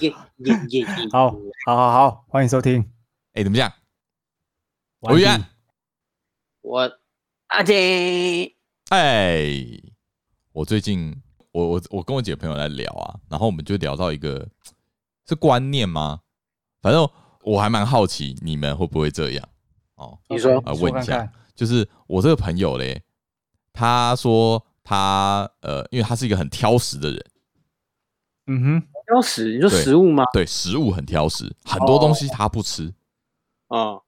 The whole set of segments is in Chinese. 耶耶耶！好，好，好，好，欢迎收听。哎，怎么讲？我玉安，我阿杰，哎，我最近我我我跟我姐朋友在聊啊，然后我们就聊到一个是观念吗？反正我还蛮好奇你们会不会这样哦。你说啊问一下看看就是我这个朋友嘞，他说他呃，因为他是一个很挑食的人，嗯挑食，你说对食物吗？对食物很挑食，很多东西他不吃，啊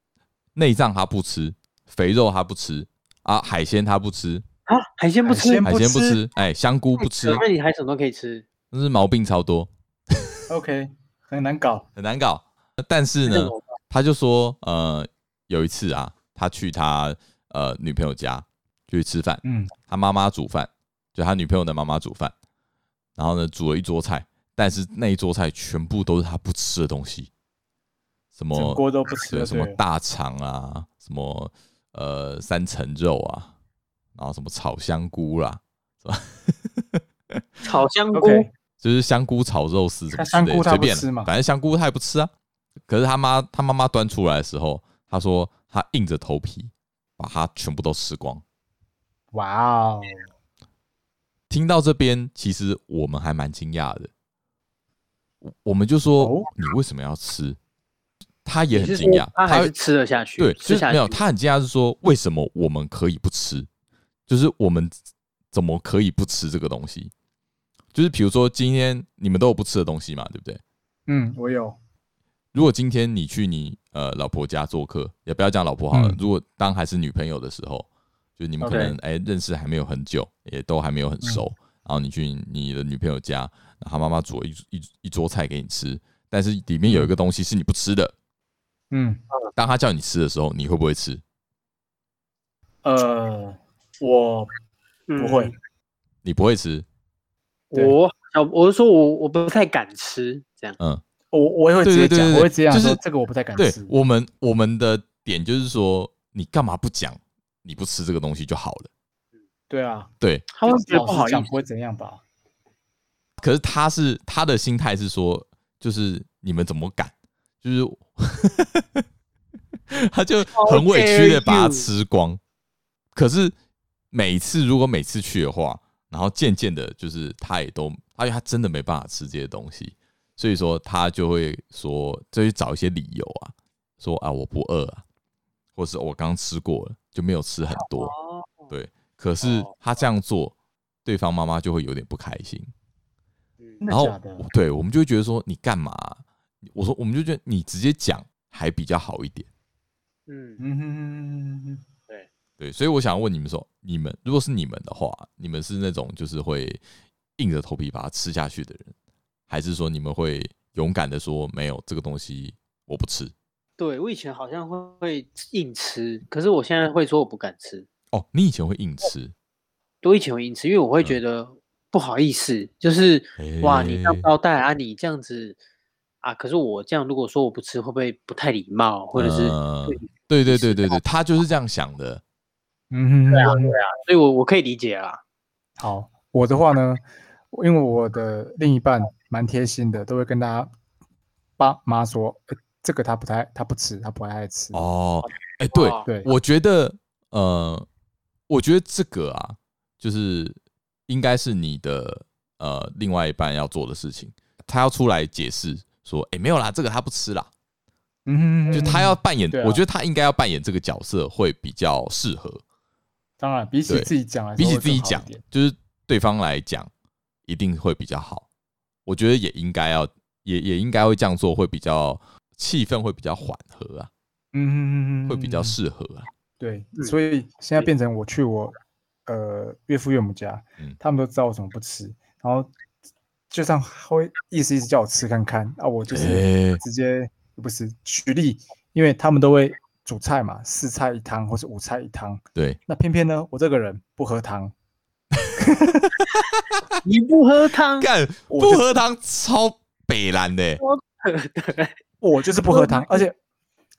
内脏他不吃，肥肉他不吃啊，海鲜他不吃，啊，海鲜不吃，海鲜海鲜不不吃吃，哎，香菇不吃，那你还什么都可以吃？但是毛病超多，哼，OK，很难搞。很难搞。但是呢那怎么，他就说呃，有一次啊，他去他呃女朋友家就去吃饭，嗯，他妈妈煮饭，就他女朋友的妈妈煮饭，然后呢煮了一桌菜，但是那一桌菜全部都是他不吃的东西，什整么锅都不吃对了，什么对大肠啊，什么呃三层肉啊，然后什么炒香菇啦，炒香菇， OK，就是香菇炒肉丝什么之香类菇的，他随不便吃啦，嘛反正香菇他也不吃啊。可是他妈他妈妈端出来的时候，他说他硬着头皮把它全部都吃光。哇哦，听到这边，其实我们还蛮惊讶的，我我们就说、哦你为什么要吃？他也很你是惊说讶，他还是吃了下去，对，吃就是下去没有，他很惊讶是说为什么我们可以不吃，就是我们怎么可以不吃这个东西？就是比如说今天你们都有不吃的东西嘛，对不对？嗯，我有，如果今天你去你呃老婆家做客，也不要讲老婆好了，嗯如果当还是女朋友的时候，就你们可 OK 嗯能哎、认识还没有很久，也都还没有很熟，然后你去你的女朋友家，然后她妈妈煮了一一一桌菜给你吃，但是里面嗯有一个东西是你不吃的，嗯，当她叫你吃的时候，你会不会吃？呃，我不会，你不会吃，对嗯。我啊我是说我我不太敢吃这样。嗯，我我也会直对对接对讲，对我会直接讲就是说这个我不太敢对吃。我们我们的点就是说，你干嘛不讲你不吃这个东西就好了？对啊，对，他会觉得老不好实意讲思，不会怎样吧？可是他是他的心态是说，就是你们怎么敢？就是 他就很委屈的把它吃光。可是每次如果每次去的话，然后渐渐的，就是他也都，而且他真的没办法吃这些东西，所以说他就会说，就去找一些理由啊，说啊我不饿啊，或是我刚吃过了就没有吃很多。哦可是他这样做，对方妈妈就会有点不开心。嗯真的然后假的我对我们就会觉得说你干嘛啊、我说我们就觉得你直接讲还比较好一点。嗯，嗯哼，对，所以我想问你们说，你们如果是你们的话，你们是那种就是会硬着头皮把它吃下去的人，还是说你们会勇敢的说没有这个东西我不吃？对我以前好像会会硬吃，可是我现在会说我不敢吃。哦，你以前会硬吃，多一钱为因此，因为我会觉嗯得不好意思，就是哎哇，你这诶样招待啊，你这样子啊，可是我这样如果说我不吃，会不会不太礼貌，或者是、呃对对对对对对，他就是这样想的。嗯哼，对啊，所以我我可以理解啦。好，我的话呢，因为我的另一半蛮贴心的，都会跟他爸妈说，呃这个他不太，他不吃，他不爱吃。哦，嗯哎、对，哇对，我觉得，呃，我觉得这个啊，就是应该是你的呃另外一半要做的事情，他要出来解释说，哎、没有啦，这个他不吃啦，嗯哼，就他要扮演，对啊我觉得他应该要扮演这个角色会比较适合，当然比起对自己讲来说比起会自己更好一讲点，就是对方来讲一定会比较好，我觉得也应该要，也也应该会这样做，会比较气氛会比较缓和啊，嗯哼哼哼，会比较嗯。适合啊，对，嗯所以现在对变成我去我呃岳父岳母家，嗯他们都知道我怎么不吃，然后就算会意思意思叫我吃看看，啊，我就是哎、直接不是举例，因为他们都会煮菜嘛，四菜一汤或是五菜一汤，对，那偏偏呢，我这个人不喝汤，你不喝汤， 干我不就喝汤超北蓝的、 对，我就是不喝汤，而且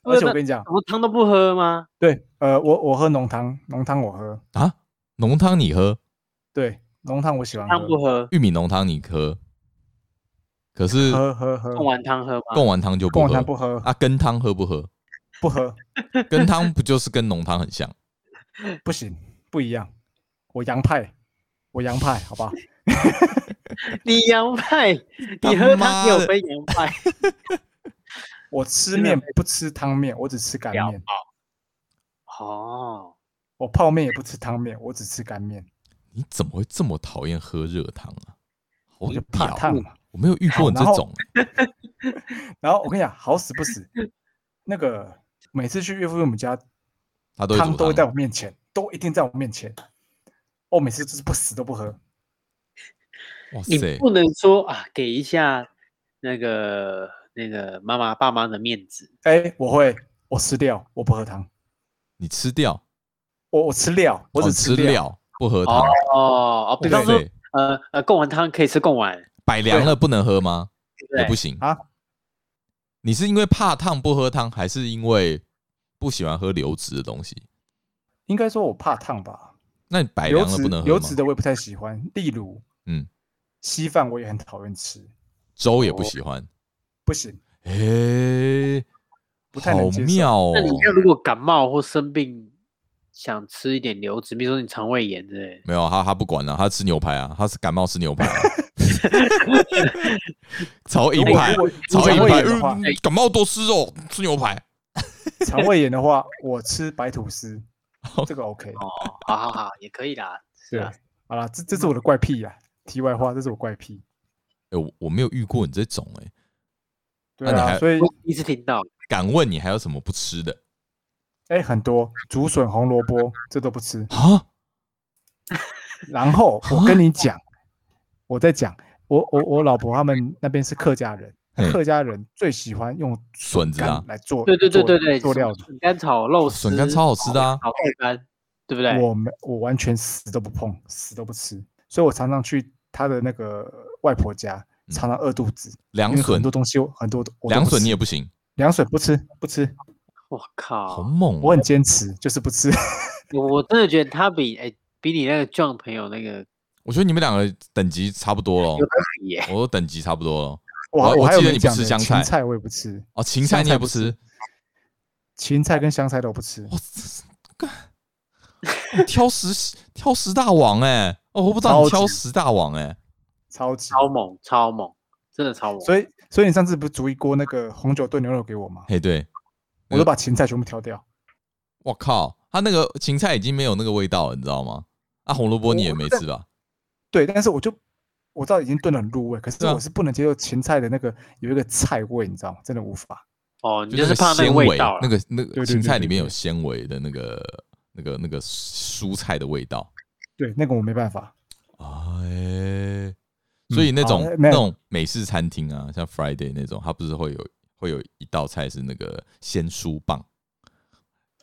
不而喝且我汤跟你讲什，么汤都不喝吗？对，呃，我我喝浓汤，浓汤我喝，啊，浓汤你喝，对，浓汤我喜欢汤不喝，喝，玉米浓汤你喝，可是喝喝喝，贡丸汤喝吗？贡丸汤就贡不丸喝汤不喝，啊，羹汤喝不 喝？不喝羹汤不就是跟浓汤很像？ 不行，不一样。我洋派，我洋派，好吧？你洋派，你他喝妈汤也有的分洋派，我吃真的面不吃汤面，我只吃干屌面。哦，我泡面也不吃汤面，我只吃干面。你怎么会这么讨厌喝热汤啊？好我就怕屌烫哦，嘛。我没有遇过你这好然后种欸、然后我跟你讲，好死不死，那个每次去岳父岳母家，他都会汤煮都会在汤我面前，都一定在我面前。我每次就是不死都不喝，啊哇你塞，不能说啊，给一下那个那个妈妈爸妈的面子，哎，我会，我吃料，我不喝汤，你吃掉，我我吃料，我哦只你吃料，料不喝汤。哦哦，比哇方说塞，呃呃，贡丸汤可以吃贡丸，百凉了不能喝吗？对也对？不行啊。你是因为怕烫不喝汤，还是因为不喜欢喝流质的东西？应该说我怕烫吧，那你百油凉了脂不能喝油吗脂？的我也不太喜欢，例如嗯，稀饭我也很讨厌吃，粥也不喜欢。不行，诶，不太好能接受妙哦那！你看，如果感冒或生病，想吃一点流质，比如说你肠胃炎之类的，没有他，他不管了，他吃牛排啊，他是感冒吃牛 排啊，超硬如果派如，果超肠硬胃派，炎 的话嗯，感冒多吃肉，吃牛排。肠胃炎的话，我吃白吐司，哦这个 OK。好好好，也可以啦。是对啊，，好啦，这这是我的怪癖呀、题外话，这是我怪癖。哎，我我没有遇过你这种哎，对那你啊，还所以我第一次听到，敢问你还有什么不吃的哎，很多竹笋、红萝卜这都不吃。啊？然后我跟你讲，我在讲，我我我老婆他们那边是客家人，嗯客家人最喜欢用笋子啊干，来做，对对对对做对，做料什么笋干炒肉丝，笋干超好吃的啊炒豆干，对不对？我没，我完全死都不碰，死都不吃，所以我常常去他的那个外婆家，嗯常常饿肚子，凉因为很笋多，东西我很多都我都不凉笋吃你也嗯不行，凉笋不吃不吃，我好靠，猛哦！啊我很坚持，就是不吃。我我真的觉得他比哎比你那个 John 朋友那个我觉得你们两个等级差不多了有，得比耶，我说等级差不多了。哇，我还有记得你没不讲吃呢香菜芹菜我也不吃，哦，芹菜你也不香吃菜，芹菜跟香菜都不吃。哇，这是干你 挑食挑食大王哎、哦，我不知道你超级挑食大王哎、超级。超猛超猛，真的超猛。所以，所以你上次不是煮一锅那个红酒炖牛肉给我吗？嘿，对，嗯我都把芹菜全部挑掉。我靠，他那个芹菜已经没有那个味道了，你知道吗？啊，红萝卜你也没吃吧？对，但是我就我知道已经炖得很入味，可是对啊我是不能接受芹菜的那个有一个菜味，你知道吗？真的无法。哦，你就就是那个怕那个纤味维道啦那个那个对对芹菜对里对面有对纤维的那个那个那个蔬菜的味道。对，那个我没办法。哎，所以那好种、那那那种美式餐厅啊，像 Friday 那种，它不是会有会有一道菜是那个鲜蔬棒、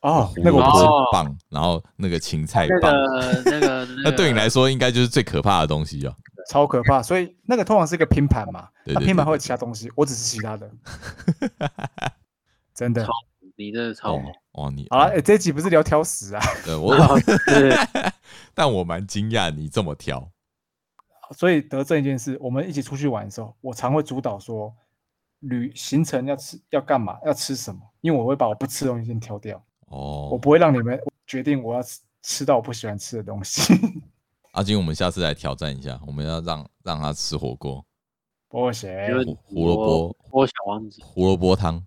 哦，胡那个萝我不吃哦。卜棒，然后那个芹菜那棒。个那个 那对你个来说，应该就是最可怕的东西啊！超可怕。所以那个通常是一个拼盘嘛，对那对拼盘对会有其他东西，我只吃其他的。真的。你真的超哦猛。哦哦，你好了，哎、这一集不是聊挑食啊，对我，对 但我蛮惊讶你这么挑。所以得证一件事，我们一起出去玩的时候，我常会主导说旅行程要吃要干嘛，要吃什么，因为我会把我不吃的东西先挑掉，我哦，不会让你们决定我要吃吃到我不喜欢吃的东西。 阿金，我们下次来挑战一下，我们要让让他吃火锅，不行，因为胡胡萝卜我小王子，胡萝卜汤。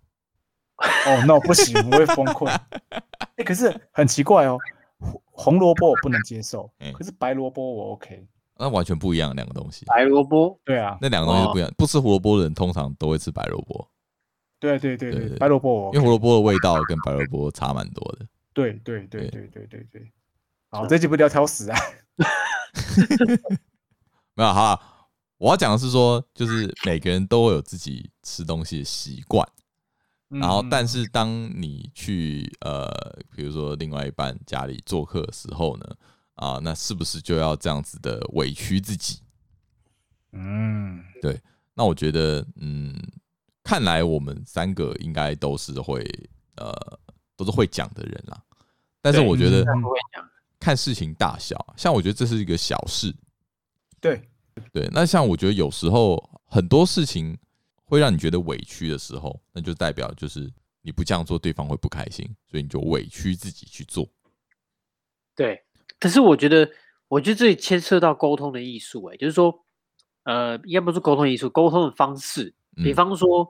哦，那我不行，我会崩溃。 哎、可是很奇怪哦，红红萝卜我不能接受 嗯，可是白萝卜我 OK。那完全不一样，两个东西。白萝卜，对啊，那两个东西是不一样。不吃胡萝卜的人通常都会吃白萝卜，对对对对对对，对白萝卜因我为 OK。胡萝卜的味道跟白萝卜差蛮多的。对对对对对对对对。好，这集不聊挑食啊，没有啊哈，好我要讲的是说，就是每个人都会有自己吃东西的习惯，然后嗯但是当你去呃，比如说另外一半家里做客的时候呢，啊，那是不是就要这样子的委屈自己？嗯，那我觉得，嗯，看来我们三个应该都是会呃，都是会讲的人啦。但是对我觉得他不会讲。看事情啊大小，像我觉得这是一个小事，对，对，那像我觉得有时候很多事情会让你觉得委屈的时候，那就代表就是你不这样做，对方会不开心，所以你就委屈自己去做。对，可是我觉得，我觉得这里牵涉到沟通的艺术，哎，就是说，呃，应该不是沟通艺术，沟通的方式。比嗯方说，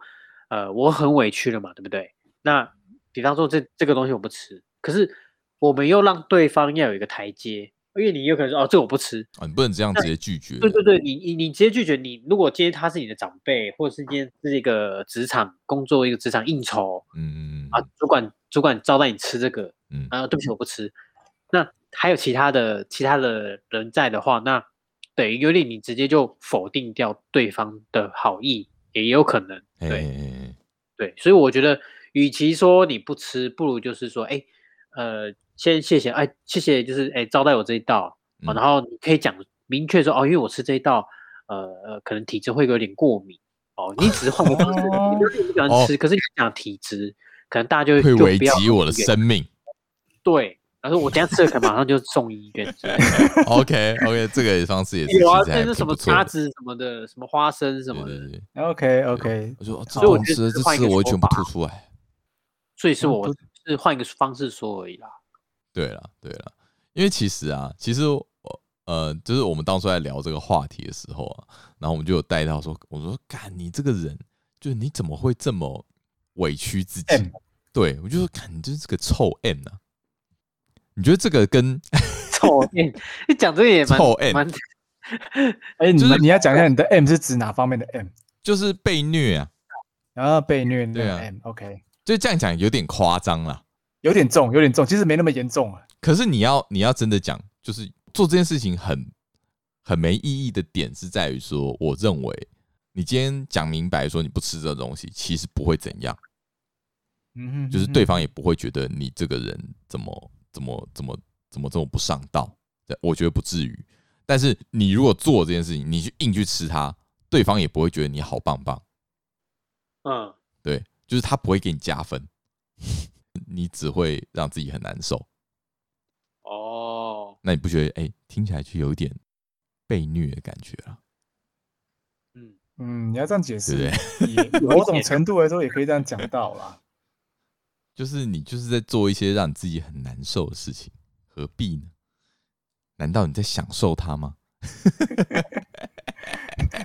呃，我很委屈了嘛，对不对？那比方说这这个东西我不吃，可是我们又让对方要有一个台阶，因为你有可能说哦，这我不吃，啊，你不能这样直接拒绝。对对对，你你你直接拒绝你，如果今天他是你的长辈，或者是今天是一个职场工作一个职场应酬，嗯，嗯啊，主管主管招待你吃这个，嗯啊，对不起，我不吃。那还有其他的其他的人在的话，那等于有点你直接就否定掉对方的好意，也有可能。嗯，对对，对，所以我觉得，与其说你不吃，不如就是说，哎，呃，先谢谢，哎，谢谢，就是哎招待我这一道、啊，嗯然后你可以讲明确说，哦，因为我吃这一道，呃呃，可能体质会有点过敏。哦，你只是换个方式，你不是不喜欢哦吃，可是你讲体质，可能大家就会就危不要及我的意愿生命。对，然后我等一下吃了，可能马上就送医院之类的。 OK OK，这 个方式也是 有啊，其实这还是什挺不么错叉的。子什么的，什么花生什对么对的，对， OK OK，我说哦这所以我东觉西得这是换一次个我说全部法吐出来。所以是嗯我不是换一个方式说而已 啦。对了，对了，因为其实啊，其实我呃，就是我们当初在聊这个话题的时候啊，然后我们就有带到说，我说干你这个人，就是你怎么会这么委屈自己 M 对我就说，干你就是个臭 M 啊！你觉得这个跟臭 N，你 讲这个也哎蛮臭 N 蛮哎，你就是你要讲一下你的 M 是指哪方面的 M？就是被虐啊？然后被虐那对啊个 M，OK，就这样讲有点夸张啦。有点重，有点重，其实没那么严重啊。可是你要你要真的讲，就是做这件事情很很没意义的点是在于说，我认为你今天讲明白说你不吃这个东西，其实不会怎样，嗯哼，就是对方也不会觉得你这个人怎么怎么怎么怎么这么不上道，对我觉得不至于。但是你如果做这件事情，你去硬去吃它，对方也不会觉得你好棒棒，嗯，对，就是他不会给你加分， 你只会让自己很难受。哦，那你不觉得哎、听起来就有一点被虐的感觉啊？嗯，嗯，你要这样解释对，也某种程度来说也可以这样讲到啦。就是你就是在做一些让你自己很难受的事情，何必呢？难道你在享受它吗？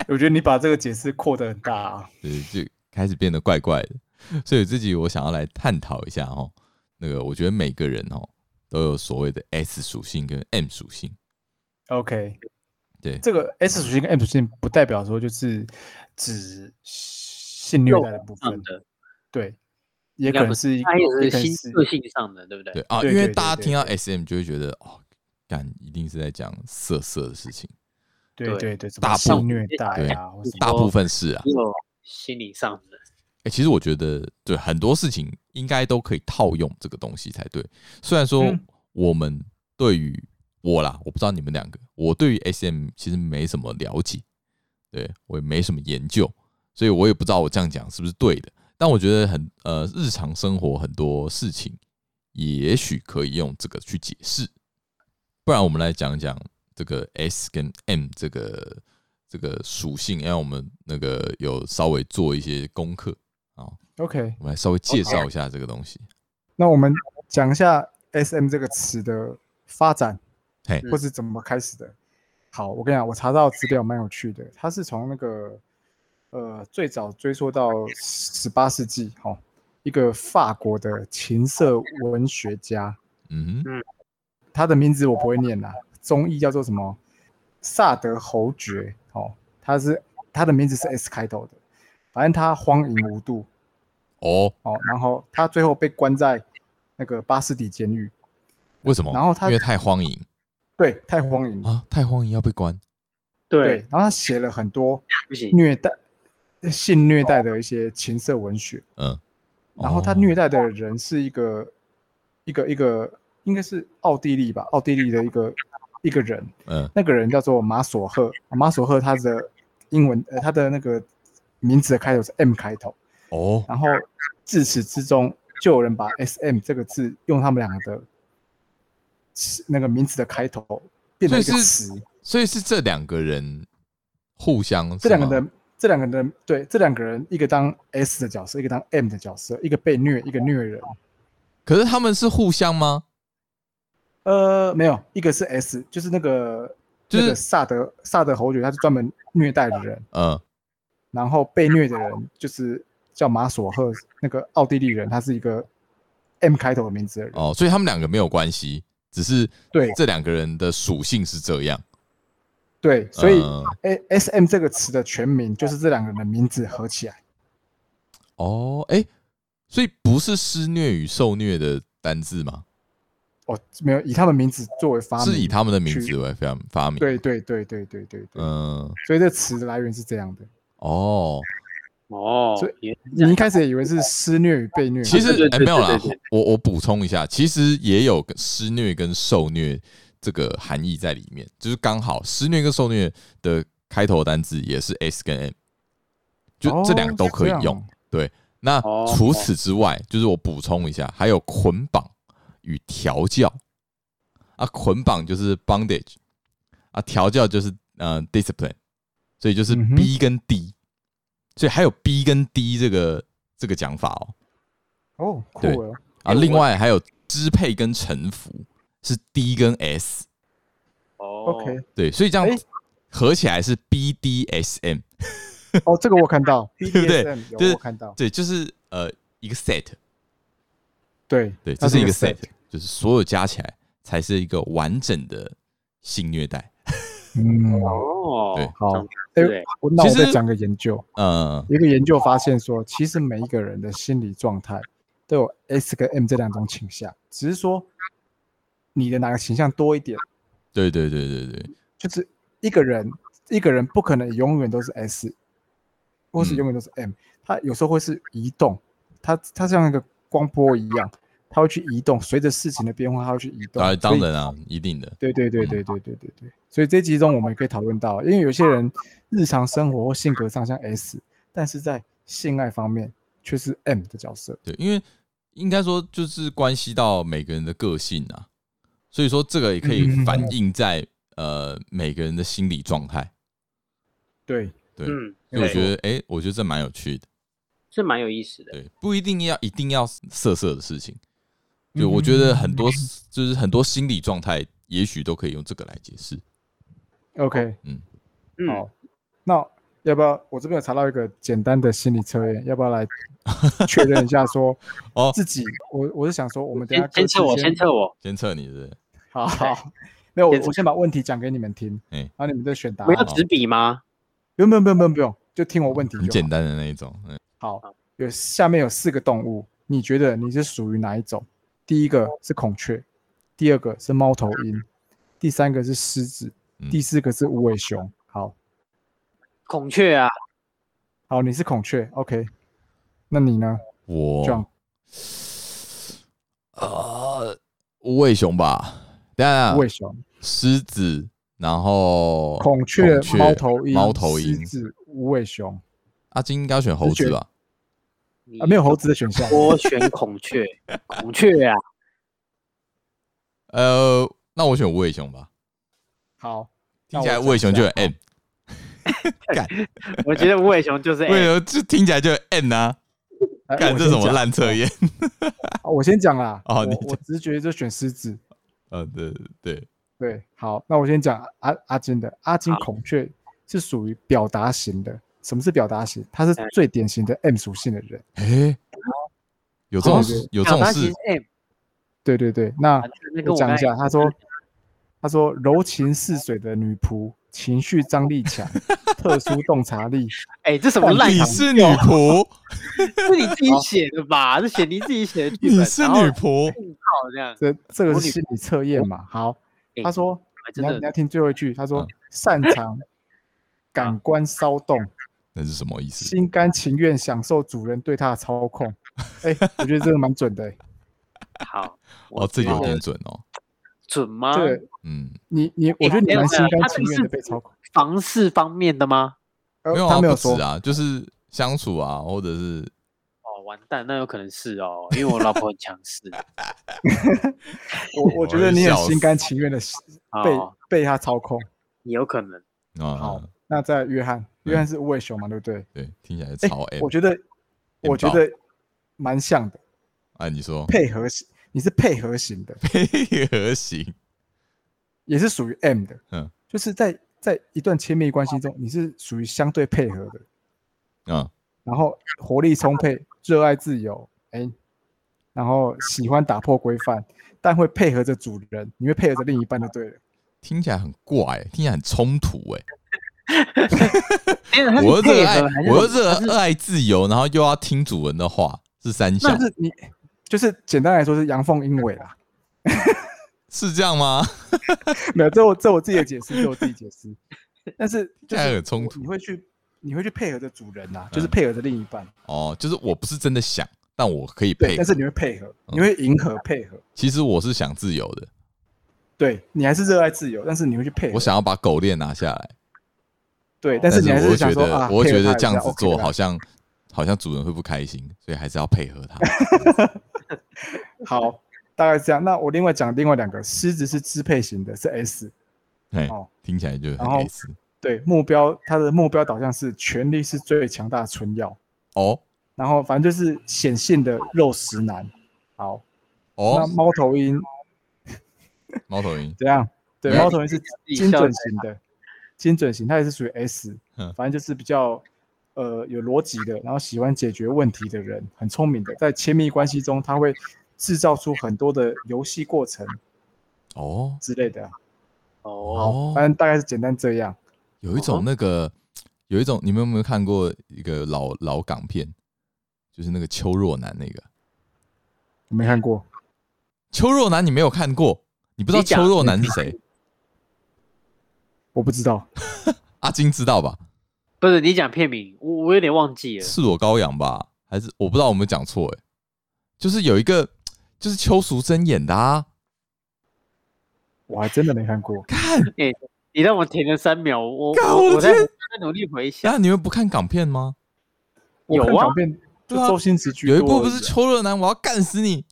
我觉得你把这个解释扩得很大啊。就是就开始变得怪怪的。所以这集我想要来探讨一下哦，那个我觉得每个人哦都有所谓的 S 属性跟 M 属性， OK，对这个 S 属性跟 M 属性不代表说就是指性虐待的部上分，的，对，也应该可能不是一它嗯也是也可能心是个性上的，对不对？对啊，对因为对大家对听到 SM 就会觉得哦，干一定是在讲色色的事情，对对对对，什大么部性虐待对啊，或什么大部分是啊，只有心理上的，哎、其实我觉得，对很多事情应该都可以套用这个东西才对。虽然说嗯我们对于我啦，我不知道你们两个，我对于 SM 其实没什么了解，对我也没什么研究，所以我也不知道我这样讲是不是对的。但我觉得很呃，日常生活很多事情也许可以用这个去解释。不然我们来讲讲这个 S 跟 M 这个这个属性，因为我们那个有稍微做一些功课。 OK，我们来稍微介绍一下这个东西。那我们讲一下 SM 这个词的发展，嘿或是怎么开始的。好，我跟你讲，我查到资料蛮有趣的，它是从那个呃最早追溯到十八世纪，哈、一个法国的情色文学家，嗯哼，他的名字我不会念啦，中译叫做什么萨德侯爵，哦，他是他的名字是 S 开头的，反正他荒淫无度，哦，哦，然后他最后被关在那个巴士底监狱，为什么？然后他因为太荒淫对，太荒淫，啊，太荒淫要被关。对，，然后他写了很多不行，虐待、性虐待的一些情色文学，嗯，然后他哦虐待的人是一个、一个一个，应该是奥地利吧，奥地利的一个一个人，嗯那个人叫做马索赫，马索赫他的英文呃他的那个名字的开头是 M 开头，哦然后自始至终就有人把 S M 这个字用他们两个的那个名字的开头变成一个所以是词，所以是这两个人互相这两个是吗人这两个人对这两个人，一个当 S 的角色，一个当 M 的角色，一个被虐，一个虐人。可是他们是互相吗？呃，没有，一个是 S，就是那个就是那个萨德萨德侯爵，他是专门虐待的人，嗯，然后被虐的人就是叫马索赫，那个奥地利人，他是一个 M 开头的名字的人。哦，所以他们两个没有关系，只是对这两个人的属性是这样。对，所以嗯 A S M 这个词的全名就是这两个人的名字合起来。哦，哎、所以不是施虐与受虐的单字吗？哦，没有以他们名字作为发明，是以他们的名去字为发发明。，对对对对对对对，嗯，所以这词的来源是这样的。哦，哦所以，也你一开始也以为是施虐与被虐，其实啊对对哎、对没有啦对对对，我我补充一下，其实也有个施虐跟受虐这个含义在里面，就是刚好施虐跟受虐的开头单字也是 S 跟 M，就这两个都可以哦是这用样。对，那哦除此之外，就是我补充一下，还有捆绑与调教啊，捆绑就是 bondage 啊，调教就是呃 discipline，所以就是嗯哼 B 跟 D，、所以还有 B 跟 D 这个这个讲法哦。哦，酷对了。啊，有另我外还有支配跟臣服是 D 跟 S，哦 OK，对，所以这样诶合起来是 BDSM，哦，这个我看到不 对，BDSM 就有是我看到，对，就是呃一个 set，对对，它这是一个 set， set，就是所有加起来才是一个完整的性虐待。嗯，哦，对好长哎对，我那我其实再讲个研究，嗯，有一个研究发现说，其实每一个人的心理状态都有 S 跟 M 这两种倾向，只是说你的哪个倾向多一点，对对对对对，就是一个人一个人不可能永远都是 S，或嗯是永远都是 M，、它有时候会是移动，它它像一个光波一样，它会去移动，随着事情的变化，它会去移动。当所当以然啊，一定的，对对对对对对对对，所以这集中我们也可以讨论到，因为有些人日常生活或性格上像 S，但是在性爱方面却是 M 的角色。对，因为应该说就是关系到每个人的个性啊，所以说这个也可以嗯反映在呃每个人的心理状态。对，对，嗯，所以我对觉得，哎、我觉得这蛮有趣的。是蛮有意思的。对，不一定要一定要色色的事情，就嗯我觉得很多就是很多心理状态，也许都可以用这个来解释。 OK，嗯，好，那要不要我这边有查到一个简单的心理测验，要不要来确认一下说 哦，自己？我我是想说，我们等一下先先测各自我，先测我，监测你是不是好好，没有我先测我先把问题讲给你们听，嗯然后你们再选答我案要好。纸笔吗？不用不用不用不用不用，就听我问题很就简好。单的那一种。嗯，好，有下面有四个动物，你觉得你是属于哪一种？第一个是孔雀，第二个是猫头鹰，第三个是狮子，嗯第四个是无尾熊。好，孔雀啊，好，你是孔雀，OK？那你呢，John？我呃，无尾熊吧？等一下无尾，熊、狮子，然后孔雀、猫头鹰、猫头狮鹰。子、无尾熊阿金应该选猴子直觉吧？你啊，没有猴子的选项。嗯我选孔 雀，孔雀啊，呃，那我选无尾熊吧。好，听那起来我无尾熊就有讲一 M，下我觉得无尾熊就是哎无尾 A，熊就听起来就有 M 啊！哎干我这先什么讲烂测验？啊我先讲啦。哦哦，你我我直觉就选狮子。呃，对对对，对，好，那我先讲阿阿金的。阿金孔雀是属于表达型的。什么是表达型？它是嗯最典型的 M 属性的人。哎、有这种哦事有这表种达事型 M，对对对，那啊哎那跟我我讲一刚才下，他说，他说柔情似水的女仆，情绪张力 强，特殊洞察力。哎，这什么烂你糖？是女仆，是你自己哦写的吧？是写你自己写的剧本，你是然女后仆， 硬套这样。这这我个是女心理测验嘛？好，哎他说你真要你要的听最后一句，他说嗯擅长感官骚动，那是什么意思？心甘情愿享受主人对他的操控。哎，我觉得这个蛮准的欸。好，我哦，这觉有得点准哦。准吗？这个嗯，你你，我觉得你啊哎没蛮有心没有甘他情不愿的是被操控。房事方面的吗？呃没有他啊，没有不说止，啊，就是相处啊，或者是哦，完蛋，那有可能是哦，因为我老婆很强势。 我我觉得你很心甘情愿的被哦，被他操控。有可能。啊好，那在约翰，约翰是无尾熊嘛，对不对？对，听起来哎超 M。我觉得，我觉爆得蛮像的，哎，你说配合型，你是配合型的， 配合型，也是属于 M 的，嗯，就是在在一段亲密关系中，你是属于相对配合的，嗯，然后活力充沛，热爱自由，哎、然后喜欢打破规范，但会配合着主人，你会配合着另一半就对了。听起来很怪、听起来很冲突哎、因哎为他是我又配热合爱还，是我又什么热他是爱自由，然后又要听主人的话，是三那项就是你，就是简单来说是阳奉阴违啦。是这样吗？没有，这我这我自己的解释，这我自己解释。但是听起就来是很冲我突你会去，你会去配合着主人呐、就是嗯配合着另一半，哦，就是我不是真的想，但我可以配对。合。嗯但是你会配合，你会迎合配合，其实我是想自由的，对你还是热爱自由，但是你会去配合。我想要把狗链拿下来，对，但但是你还我会想觉说啊得，，我会配合觉得他这样一下子 OK 做的好像好像主人会不开心，所以还是要配 合他。好，大概是这样。那我另外讲另外两个，狮子是支配型的，是 S，哎哦，听起来就很然后 S 对，目标它的目标导向是权力是最强大的春药，哦然后反正就是显性的肉食男。好，那哦，猫头鹰猫头鹰怎样？对，没有猫头鹰是己精笑准起型的，精准型，它也是属于 S，嗯反正就是比较呃有逻辑的，然后喜欢解决问题的人，很聪明的，在亲密关系中，他会制造出很多的游戏过程哦之类的啊，哦，哦，反正哦大概是简单这样。有一种那个，有一种，你们有没有看过一个老老港片，就是那个邱若楠那个？我没看过，邱若楠你没有看过？你不知道你讲邱若楠是谁？我不知道。阿金知道吧？不是你讲片名，我我有点忘记了。赤裸羔羊吧？还是我不知道我们讲错哎、就是有一个，就是邱淑贞演的啊。我还真的没看过，看，你让我停了三秒，我干我我的我在天我在努力回那想。啊你们不看港片吗？我有看啊港片就对啊周星驰居多有一而已啊。部不是邱若楠，我要干死你！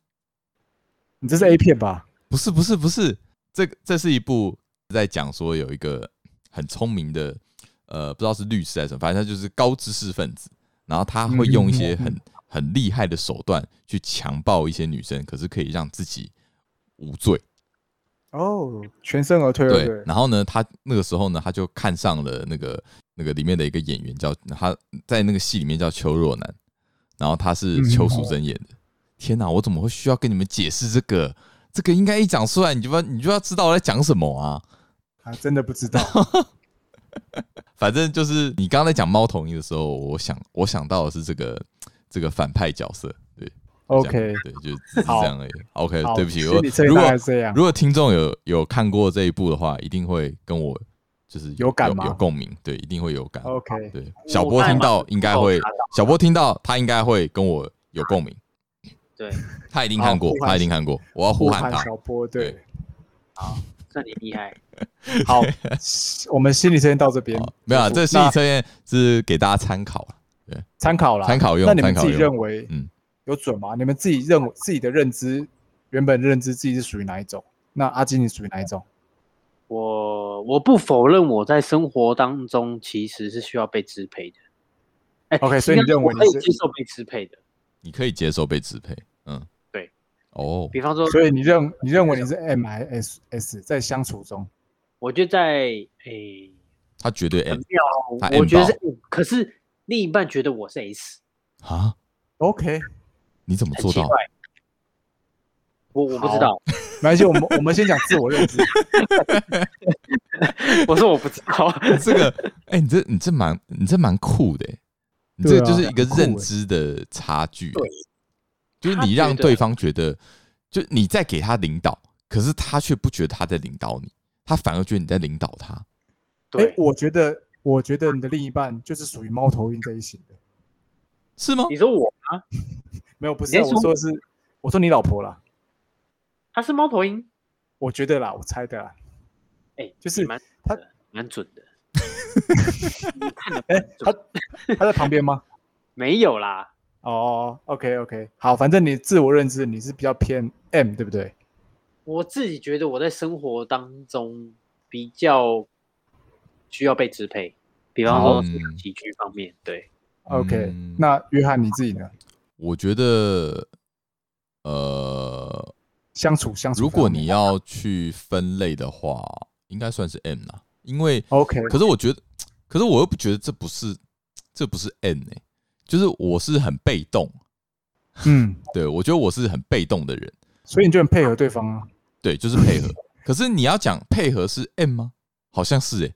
你这是 A 片吧？不是不是不是，这个这是一部在讲说有一个很聪明的，呃，不知道是律师还是什么，反正他就是高知识分子，然后他会用一些嗯嗯很很厉害的手段去强暴一些女生，可是可以让自己无罪。哦，全身而退，对对不对，？然后呢，他那个时候呢，他就看上了那个那个里面的一个演员叫，他在那个戏里面叫邱若楠，然后他是嗯邱淑贞演的。天哪，我怎么会需要跟你们解释这个？这个应该一讲出来，你就要你就要知道我在讲什么啊！还真的不 知道。反正就是你刚刚在讲猫头鹰的时候，我想我想到的是这个这个反派角色，对这 OK，样对，就只是好这样而已。OK，好对不起，心我理测如验大果概是这样。如果听众有有看过这一部的话，一定会跟我就是有感吗有有共鸣，对，一定会有感。 OK，对，小波听到应该会，小波听到他应该会跟我有共鸣，对，他一定看过好呼，喊他一定看过，我要呼喊他。小波，对对，这你厉害。好，我们心理测验到这边好，没有啊，结束这心理那测验是给大家参考啊，参考啦，参考用那你们参考自己用认为，嗯嗯，有准吗？你们自己认为自己的认知，原本认知自己是属于哪一种？那阿金你属于哪一种？我我不否认我在生活当中其实是需要被支配的。哎 OK，所以你应该认为我可以你是接受被支配的？你可以接受被支配，嗯，对，哦，比方说，所以你认你认为你是 M 还是 S S 在相处中？我就在诶，他绝对哎 M 很妙哦他，我 M 觉得爆是 M，可是另一半觉得我是 S，啊， OK，你怎么很做奇到怪？。我我不知好道，没关系，我们我们先讲自我认 知。我说我不知 道， 这个，哎、你这你这蛮你这蛮酷的、欸，你对这啊就是一个很酷认欸知的差距欸、对就是他你觉让得对方觉得，就你在给他领导，可是他却不觉得他在领导你，他反而觉得你在领导他。哎、对，我觉得我觉得你的另一半就是属于猫头鹰这一型的，是吗你？说我没有不是你啊、是说我说的是我说你老婆啦，他是猫头鹰，我觉得啦，我猜的啦，哎，就是你蛮他的蛮准的，哎、他他在旁边吗？ 没有啦，哦，OK OK，好，反正你自我认知你是比较偏 M 对不对？我自己觉得我在生活当中比较需要被支配，比方说嗯市场喜剧方面，对， OK，、嗯那约翰你自己呢？我觉得，呃，相处相处如方面，果你要去分类的话，应该算是 M 啦，因为 OK，可是我觉得，可是我又不觉得这不是这不是 N 哎、就是我是很被动，嗯，对我觉得我是很被动的人，所以你就很配合对方啊。对，就是配合。可是你要讲配合是 M 吗？好像是哎、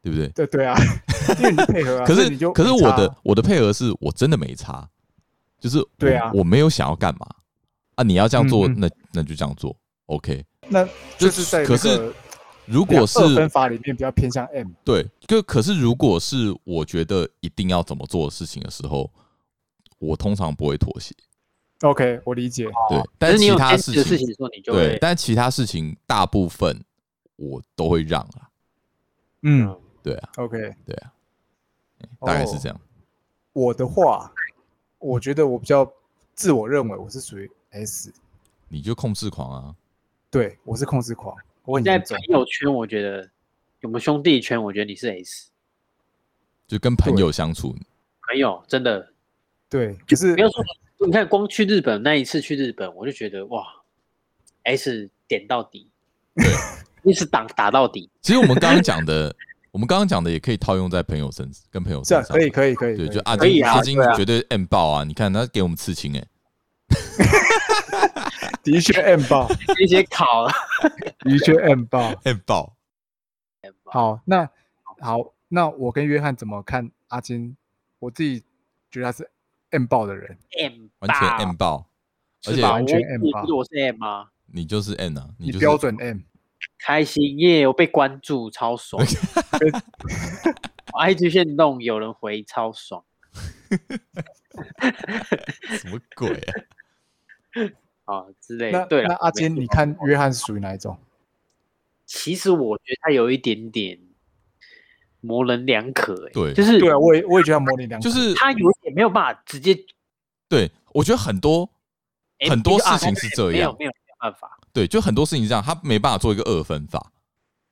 对不对？对对啊， 因为你配合啊，可所是以你就可是没我差啊的我的配合是我真的没差，就是我对啊我没有想要干嘛啊，你要这样做，嗯嗯那那就这样做，OK。那就就是在可那是个如果是二分法里面比较偏向 M，对，就可是如果是我觉得一定要怎么做的事情的时候，我通常不会妥协。 OK，我理解。对，可但是你其有他坚持的事事情情，说你就对会，但其他事情大部分我都会让啊。嗯对啊， ，OK，对啊，大概是这样。样。我的话，我觉得我比较自我认为我是属于 S，你就控制狂啊，对我是控制狂，我很在严重朋。友圈，我觉得我们兄弟圈，我觉得你是 S 就跟朋对友相处，朋友，真的对，可是不要说你看，光去日本那一次去日本，我就觉得哇，S 点到底，对，一直打打到底，其实我们刚刚讲的，我们刚刚讲的也可以套用在朋友身，跟朋友这身样上。可以可以可以，对，可以就阿可以金，啊阿金对啊绝对 M 爆啊！你看他给我们刺青哎，的确 M 爆，一些考了，的确 M 爆。 m 爆。好，那好，那我跟约翰怎么看阿金？我自己觉得他是 M 爆的人， M 完全 M 爆，而且是吧？完全我 M 你吧觉得我是 M 吗？你就是 N 啊，你就是标准 M，开心耶！我被关注，超 爽。我 IG 线动有人回，超爽。什么鬼啊？ 啊之类那的。对了，那阿没金，错你看约翰是属于哪一种？其实我觉得他有一点点模棱两可、欸，对就是对啊，我也我也觉得他模棱两可，就是他有一点没有办法直接，对我觉得很多欸很多就啊事情是这没有样没有没有办法，对，就很多事情是这样，他没办法做一个二分法，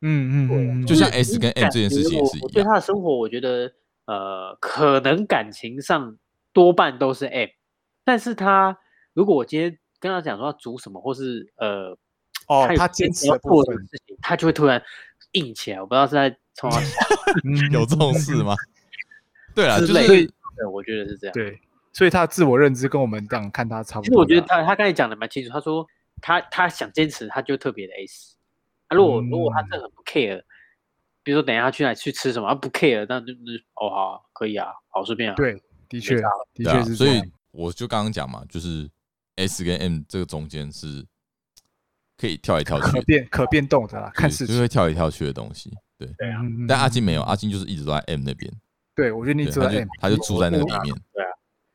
嗯嗯嗯，嗯就像是 S 跟 M 这件事情也是我我一对样。他的生活，我觉得呃，可能感情上多半都是 M，但是他如果我今天跟他讲说要煮什么，或是呃，有哦，他一些坚持要的部做的分，事情，他就会突然硬起来。我不知道是在从 哪嗯有这种嗯事吗？ 对啊，就之类是的，我觉得是这样。对，所以他的自我认知跟我们这样看他差不其实多啦。我觉得他他刚才讲的蛮清楚，他说他他想坚持，他就特别的 S。啊、如果如果他嗯真的很不 care，比如说等一下他去哪去吃什么，他不 care，那就那就哦好啊可以啊，好随便啊。对，的确没差的对啊确，是所这以样。我就刚刚讲嘛，就是 S 跟 M 这个中间是可以跳来跳去可的，变可变动的啦，看对事就情。会跳来跳去的东西。对，对啊，但阿金没有，嗯，阿金就是一直都在 M 那边，对我觉得你对，只他有就 M，他就住在那个里面。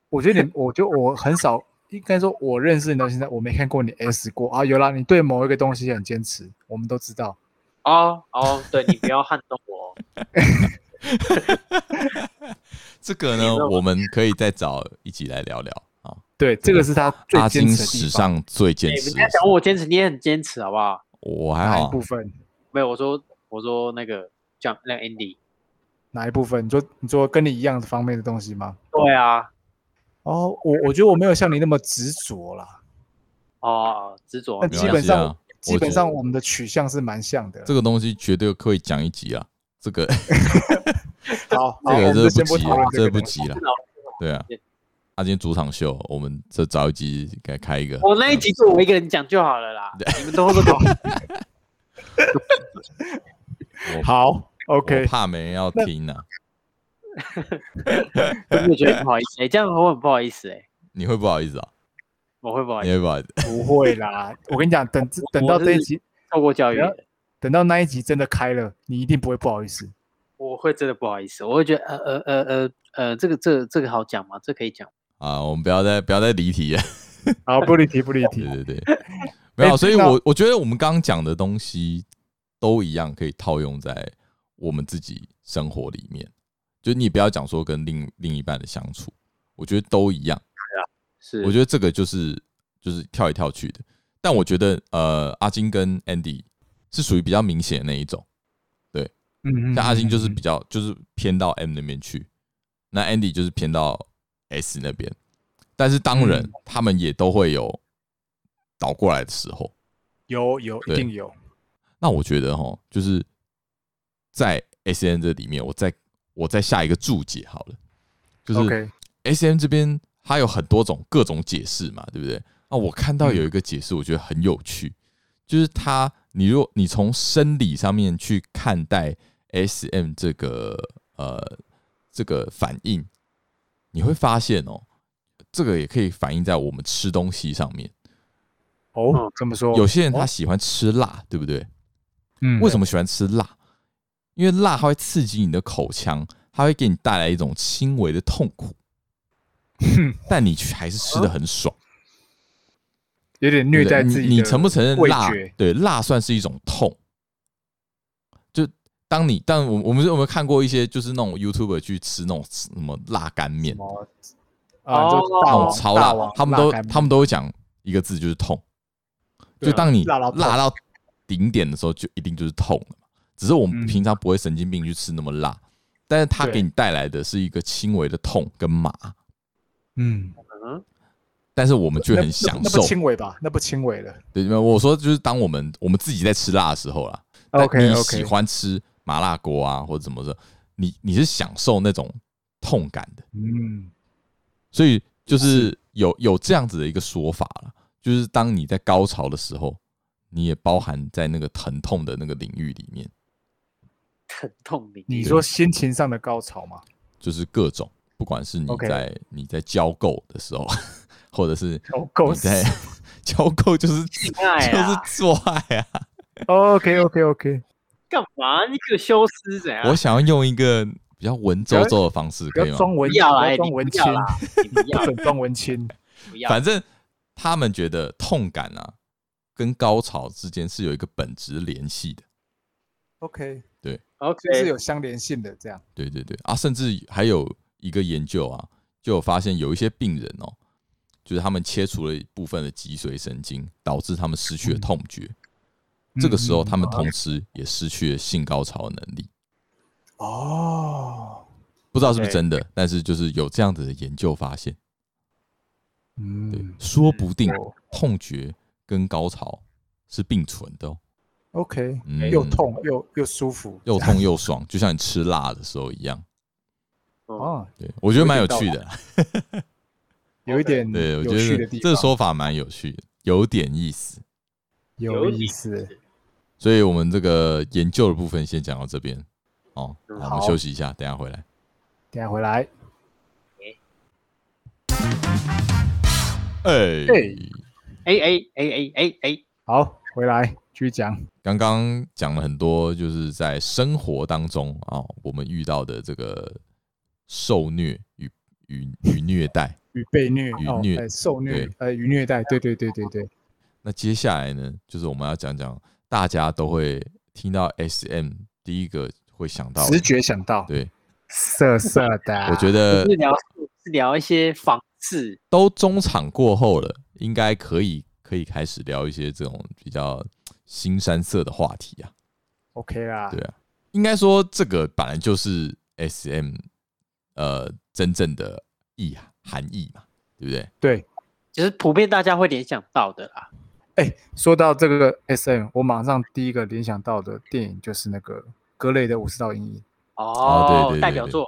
我觉得你，我就我很少，应该说，我认识你到现在，我没看过你 S 过啊。有啦，你对某一个东西很坚持，我们都知道。哦哦，对你不要撼动我 哦。这个你呢知道，吗我们可以再找一起来聊聊啊。对，这个是他最阿坚金持的地史方上最坚哎你持们的在事，讲我坚持，你也很坚持，好不好？我还哪好一啊部。分？没有，我说我说那个讲那个 Andy，哪一部分？你说你说跟你一样的方面的东西吗？对啊，哦，我我觉得我没有像你那么执着啦，哦执着但没基关本系上、啊基我本觉上我们的取向是蛮像的。这个东西绝对可以讲一集啊。这个好，好， 这我个们就这先不急讨论啊，这这个不东西。急了。对啊，啊，今天主场秀，我们这找一集该开一个。我那一集就我一个人讲就好了啦，你们都都懂。 我好我，OK，怕没人要听啊，真的觉得很不好意思，哎、这样我很不好意思、哎，你会不好意思啊？我会不好意你哎会思，不好意思？ 不会啦。我跟你讲，等这我等到是这一集，透过教育不要的。等到那一集真的开了，你一定不会不好意思。我会真的不好意思，我会觉得呃呃呃呃呃，这个这个、这个好讲吗？这可以讲吗。啊，我们不要再不要再离 题了。好，啊不离题，不离题。对对对，没有，啊哎所以那我我觉得我们刚刚讲的东西都一样，可以套用在我们自己生活里面。就你不要讲说跟另另一半的相处，我觉得都一样。是，我觉得得这个就是就是跳来跳去的。但我觉得呃，阿金跟 Andy 是属于比较明显的那一种，对，嗯嗯，像阿星就是嗯比较就是偏到 M 那边去，那 Andy 就是偏到 S 那边。但是当然嗯，他们也都会有倒过来的时候。有有一对定有，那我觉得哈，就是在 S N 这里面，我再我再下一个注解好了，就是 OK， S M 这边它有很多种各种解释嘛，对不对？那我看到有一个解释，我觉得很有趣，就是它，你如果你从生理上面去看待 S M 这个呃这个反应，你会发现哦，这个也可以反映在我们吃东西上面。哦嗯，这么说，有些人他哦喜欢吃辣，对不对？嗯为什么喜欢吃辣？因为辣它会刺激你的口腔，它会给你带来一种轻微的痛苦，但你却还是吃的很爽。有点对虐不对待自己你。你的承不承认味辣觉？对，辣算是一种痛。就当你，但我我们有没有看过一些就是那种 YouTuber 去吃那种什么辣干面什，么啊，就那大哦种王超大辣王，他们都辣干面他们都会讲一个字，就是痛。对就啊当你辣到痛辣到顶点的时候，就一定就是痛了嘛。只是我们嗯平常不会神经病去吃那么辣，但是它对给你带来的是一个轻微的痛跟麻，嗯，嗯，但是我们却那很那享那不受。轻微吧？那不轻微了。对，我说就是当我们我们自己在吃辣的时候啦，但 OK 你 OK，喜欢吃麻辣锅啊或者怎么的，你你是享受那种痛感的。嗯，所以就是有有这样子的一个说法了，就是当你在高潮的时候，你也包含在那个疼痛的那个领域里面，疼痛你你说心情上的高潮嘛？就是各种，不管是你 OK 在你在交媾的时候， 或者是哦，够你在 交媾就是就爱啊是做爱啊。 OK OK OK，干嘛？你这个消失怎样？我想要用一个比较文绉绉的方式，不 可要以吗？装不文，要不啦，哎要你不装文青要，啦，你不不要准装文青。不要，反正他们觉得痛感啊跟高潮之间是有一个本质联系的。 OK，就 OK 是有相连性的这样。对对对啊，甚至还有一个研究啊，就有发现有一些病人哦，就是他们切除了部分的脊髓神经，导致他们失去了痛觉。这个时候，嗯他们同时也失去了性高潮的能力。哦，不知道是不是 OK 真的，但是就是有这样子的研究发现，对嗯，说不定哦痛觉跟高潮是并存的、哦， ，OK，嗯哎又痛又又舒服，又痛又爽，就像你吃辣的时候一样。哦，对，我觉得蛮有趣有的啦。有一点对，我啊嗯有觉趣得的地这方，说法蛮有趣的，有点意思。有意思。所以我们这个研究的部分先讲到这边哦，嗯好我好们休息一下，等一下回来。等一下回来，哎、哎哎哎哎哎哎哎，好，回来继续讲。刚刚讲了很多，就是在生活当中啊、哦，我们遇到的这个受虐与与与虐待。与被虐、与哦虐呃受虐对、呃与虐待，对对对对对，那接下来呢，就是我们要讲讲大家都会听到 SM 第一个会想到的直觉啊想到，对，色色的，我觉得得是聊是聊一些仿制，都中场过后了，应该可以可以开始聊一些这种比较新山色的话题啊。 OK 啦，对啊，应该说这个本来就是 S M 呃真正的意含义嘛，对不对？对。就是普遍大家会联想到的啦。哎，说到这个 SM，我马上第一个联想到的电影就是那个格雷的五十道阴影。哦对对对代表对作，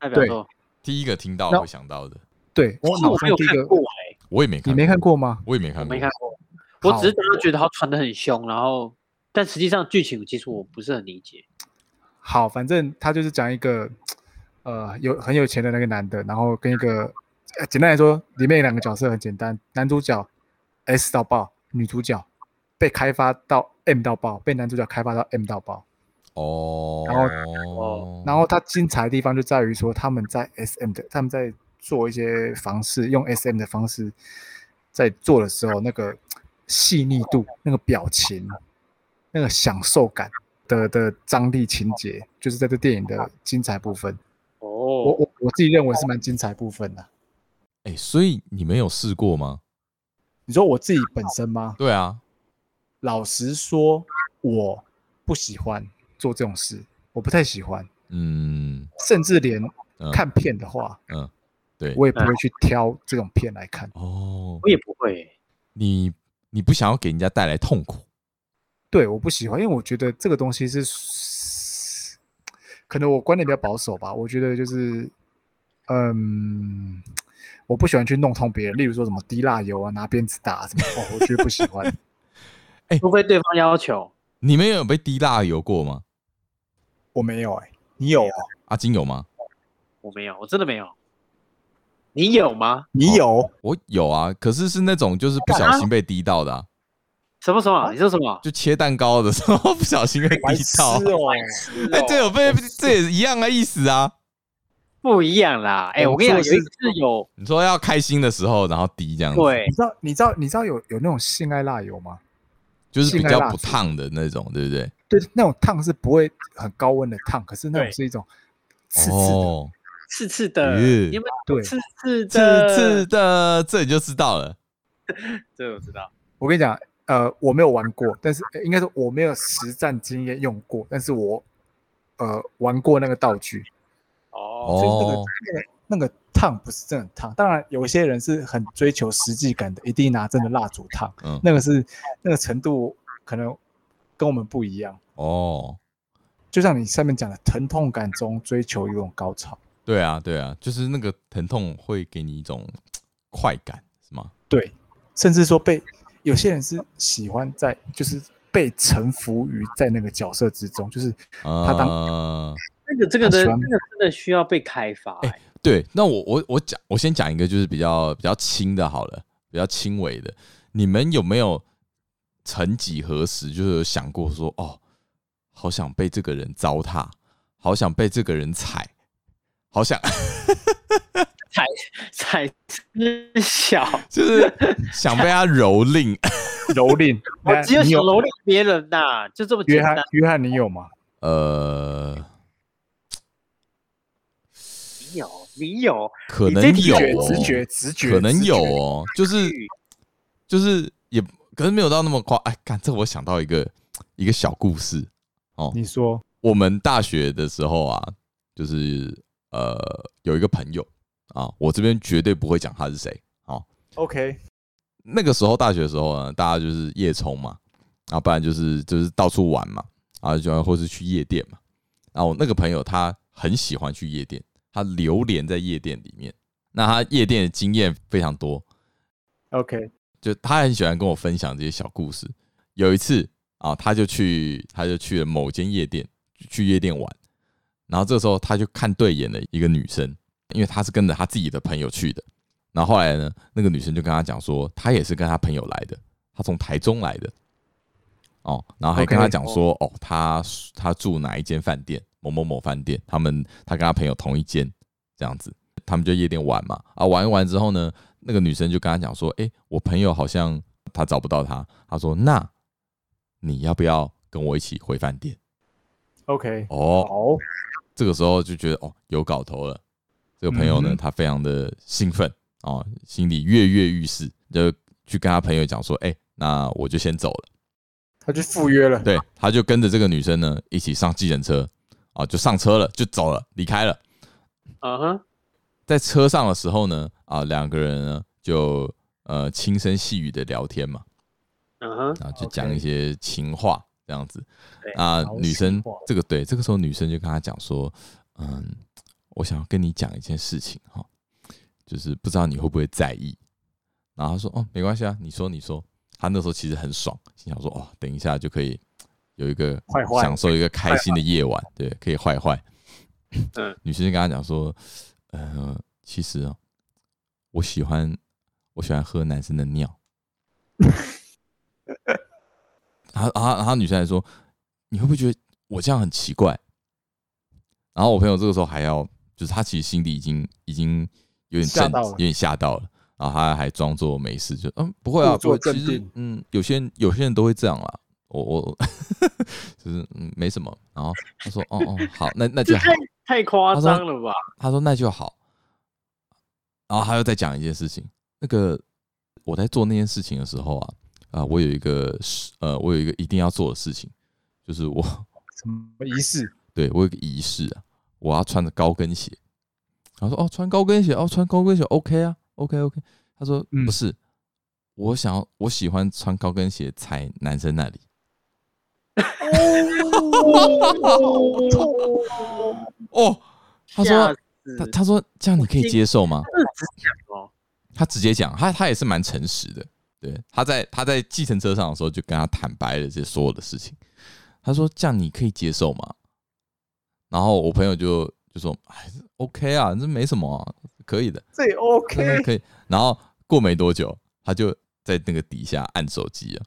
代表对作。第一个听到那会想到的，对我可是脑哦我没中有第一看个过，哎，我也没看，你没看，过吗？我也没我看过，没看过，我只是好当时觉得他穿的很凶，然后但实际上剧情其实我不是很理解。好，反正他就是讲一个，呃，有很有钱的那个男的，然后跟一个，呃简单来说，里面有两个角色很简单，男主角 S 到爆，女主角被开发到 M 到爆，被男主角开发到 M 到爆。哦。然后哦然后它精彩的地方就在于说，他们在 SM 的，他们在做一些方式，用 SM 的方式在做的时候，那个细腻度、那个表情、那个享受感的的张力情节，就是在这电影的精彩部分。我哦，我我自己认为是蛮精彩部分的。哎、所以你没有试过吗？你说我自己本身吗？对啊，老实说，我不喜欢做这种事，我不太喜欢，嗯，甚至连嗯看片的话，对，我也不会去挑这种片来看。哦，我也不会，你你不想要给人家带来痛苦，对，我不喜欢，因为我觉得这个东西是，可能我观点比较保守吧。我觉得就是，嗯，我不喜欢去弄痛别人，例如说什么滴蜡油啊、拿鞭子打、啊、什么，哦，我觉得不喜欢。除非对方要求。你们有被滴蜡油过吗？我没有哎、你有、哦？阿金有吗？我没有，我真的没有。你有吗？你有？我有啊，可是是那种就是不小心被滴到的、啊，什么什啊么？你说什么？就切蛋糕的时候 不小心被白滴痴到。哦！哎、这有被这也是一样的意思啊。不一样啦。哎，我跟你讲，有一次有你说要开心的时候，然后滴这样子，，对你，知道你知道你知道有有那种性爱蜡油吗？就是比性爱较蜡不烛烫的那种，对不对？对，那种烫是不会很高温的烫，可是那种对是一种刺刺的，哦，刺刺的，咦因为对，刺刺刺的，刺的，这你就知道了。这我知道。我跟你讲，呃，我没有玩过，但是呃应该说我没有实战经验用过，但是我呃玩过那个道具，哦，所以那个、哦，那个那个烫不是真的烫，当然有些人是很追求实际感的，一定拿真的蜡烛烫，嗯，那个是那个程度可能跟我们不一样，哦，就像你上面讲的，疼痛感中追求一种高潮，对啊，对啊，就是那个疼痛会给你一种嘖快感，是吗？对，甚至说被有些人是喜欢在就是被臣服于在那个角色之中，就是啊、当那个这个他的，喜这欢个真的需要被开发。哎对，那我我我讲，我先讲一个就是比较比较轻的好了，比较轻微的。你们有没有曾几何时就是有想过说，哦，好想被这个人糟蹋，好想被这个人踩，好想 才知晓，。就是想被他蹂躏。蹂躏 我那只有哎你想蹂躏别人呐，就这么简约翰单。，约翰，你有吗？呃，你有，你有，可你能这题直有、觉，哦、直觉，直觉，可能直觉有。哦，就是就是也，可是没有到那么夸。哎，看这我想到一个一个小故事。你说，我们大学的时候啊，就是呃有一个朋友啊，我这边绝对不会讲他是谁。 OK，那个时候大学的时候呢，大家就是夜冲嘛，啊，不然就是就是到处玩嘛，啊，就或是去夜店嘛。然后我那个朋友他很喜欢去夜店，他流连在夜店里面。那他夜店的经验非常多， OK，就他很喜欢跟我分享这些小故事。有一次啊，他就去，他就去了某间夜店，去夜店玩。然后这时候他就看对眼了一个女生，因为他是跟着他自己的朋友去的。然后后来呢，那个女生就跟他讲说，她也是跟她朋友来的，她从台中来的。哦，然后还跟他 OK，讲说，哦，他他住哪一间饭店，某某某饭店，他们他跟他朋友同一间，这样子，他们就夜店玩嘛，啊，玩一玩之后呢，那个女生就跟他讲说，哎、我朋友好像他找不到他，他说，那你要不要跟我一起回饭店？ OK，哦，好，这个时候就觉得哦，有搞头了。这个朋友呢，嗯哼他非常的兴奋哦，心里跃跃欲试，就去跟他朋友讲说：“哎、那我就先走了。他去赴约了”。对，他就跟着这个女生呢一起上计程车，啊，就上车了，就走了，离开了。嗯哼，在车上的时候呢，啊，两个人呢就呃轻声细语的聊天嘛，嗯哼，啊，就 OK 讲一些情话这样子对。啊好，女生情话这个对，这个时候女生就跟他讲说，嗯，我想要跟你讲一件事情哈，就是不知道你会不会在意。然后他说，哦，没关系啊，你说你说。他那时候其实很爽，心想说，哦，等一下就可以有一个坏坏享受一个开心的夜晚，对，可以坏坏。嗯，女生就跟他讲说，呃，其实哦，我喜欢我喜欢喝男生的尿。 然后，然后，然后女生还说：“你会不会觉得我这样很奇怪？”然后我朋友这个时候还要，就是他其实心里已经已经有点吓震，到了有点吓到了。然后他还装作没事，就嗯不会啊，故作不会其镇实定嗯有些人有些人都会这样啦。我我 就是嗯没什么。然后他说：“哦哦好，那那这就好。太太夸他说张了吧？”他说：“那就好。”然后他又再讲一件事情，那个我在做那件事情的时候啊，啊，我有一个事呃，我有一个一定要做的事情，就是我 什么仪式？对我有个仪式啊，我要穿着高跟鞋。然后说哦，穿高跟鞋哦，穿高跟鞋 OK 啊，OK OK。他说嗯不是，我想要我喜欢穿高跟鞋踩男生那里。哦，他说他他说这样你可以接受吗？哦，他直接讲，他他也是蛮诚实的。对，他在他在计程车上的时候就跟他坦白了这所有的事情。他说：“这样你可以接受吗？”然后我朋友就就说：“哎，OK 啊，这没什么、啊，可以的，这也 OK，那个可以。”然后过没多久，他就在那个底下按手机啊，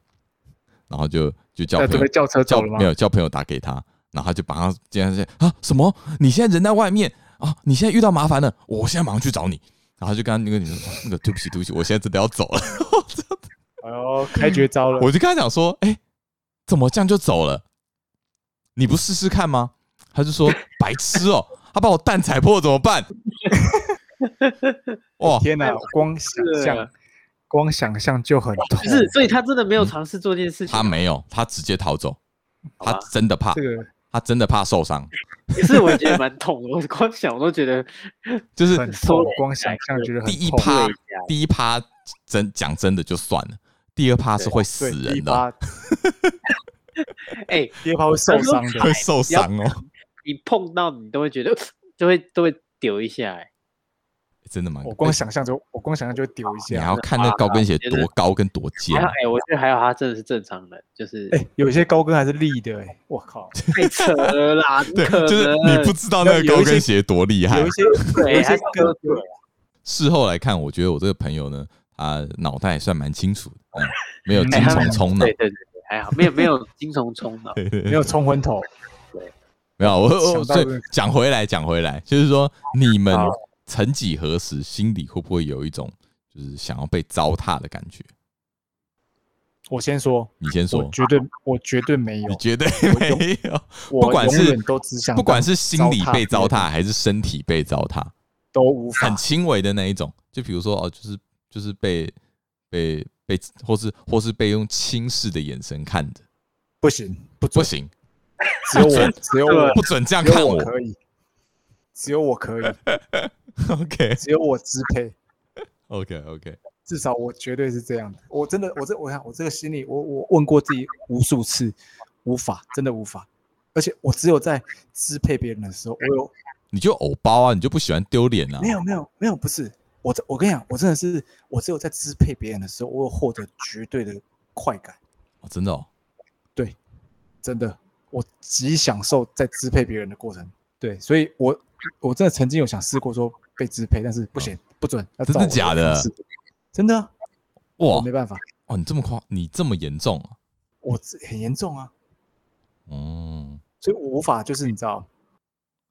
然后就就叫那朋准友备叫车叫走了吗没？有叫朋友打给他，然后他就马上竟然是啊什么？你现在人在外面啊？你现在遇到麻烦了，我现在马上去找你。然后就跟他那个女生说：“那个对不起，对不起，我现在真的要走 了。哎呦，开绝招”了！我就跟他讲说：“哎、怎么这样就走了？你不试试看吗？”他就说：“白痴哦、他把我蛋踩破怎么办？”哇，天哎哪，光想象，光想象就很痛。啊不是，所以他真的没有尝试做这件事情。他没有，他直接逃走，好吧他真的怕这，个他真的怕受伤， 也是我觉得蛮痛的，我光想我都觉得就是很收痛敛，光想象觉得很第一痛趴对呀第一趴真讲真的就算了，第二趴是会死对，第一人的哦，趴，哎、第二趴会 受伤的。会受伤哦，你碰到你都会觉得 就会都会丢一下、哎，真的蛮。我光想象就，我光想象就啊会丢一你还下要。看那高跟鞋多高跟多尖还好，哎、我觉得还好他真的是正常人，就是哎，有些高跟还是立的，哎，我 靠，太扯了啦，怎么对，可能就是你不知道那个高跟鞋多厉害有一。些有对，一他些是跟喝醉了事后来看，我觉得我这个朋友呢，他脑袋也算蛮清楚的，嗯没 有哎精他虫冲脑对。对对对，还好没有没有精虫充脑，对对没对有冲昏头，没有，我我想到所以这个讲回来，讲回来，就是说你们好曾几何时，心里会不会有一种就是想要被糟蹋的感觉？我先说，你先说我，绝对，我绝对没有你，绝对我有没有。我不管永是远都只想不管是心理被糟当蹋还是身体被糟蹋，都无法很，轻微的那一种，就比如说哦，就是就是被被被，或是或是被用轻视的眼神看着，不行，不不准，行，只有我，只有我，不准这样只看有我我。可以，只有我可以， OK 只有我支配， OK OK，至少我绝对是这样的。我真的，我这我想我这个心里，我我问过自己无数次，无法，真的无法。而且我只有在支配别人的时候，我有你就偶包啊，你就不喜欢丢脸啊没？有没有没有不是我这我跟你讲，我真的是我只有在支配别人的时候，我有获得绝对的快感，哦真的哦，真的，我极享受在支配别人的过程。对，所以我我真的曾经有想试过说被支配，但是不行，不准，要真的照我假的方式？真的啊，我哇没办法，哦，你这么夸，你这么严重啊？我自很严重啊，嗯，所以我无法就是你知道。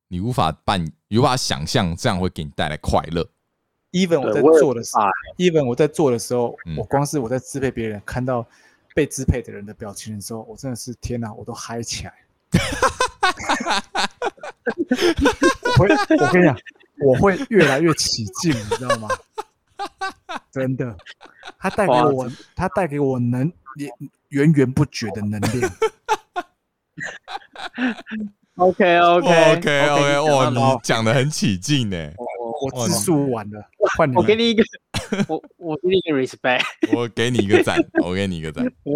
你无法办，你无法想象这样会给你带来快乐。 even 我对在我也做的时无法，even 我在做的时候，嗯我光是我在支配别人，看到被支配的人的表情的时候，我真的是天哪，我都嗨起来。 我会，我跟你讲，我会越来越起劲，你知道吗？真的，他带给哇我，他带给我能也源源不绝的能量。 OK OK OK OK，哇，我你讲的很起劲呢。我自述完了，换你我给们。你一个，我我给你一个 respect，我给你一个赞，我给你一个赞。我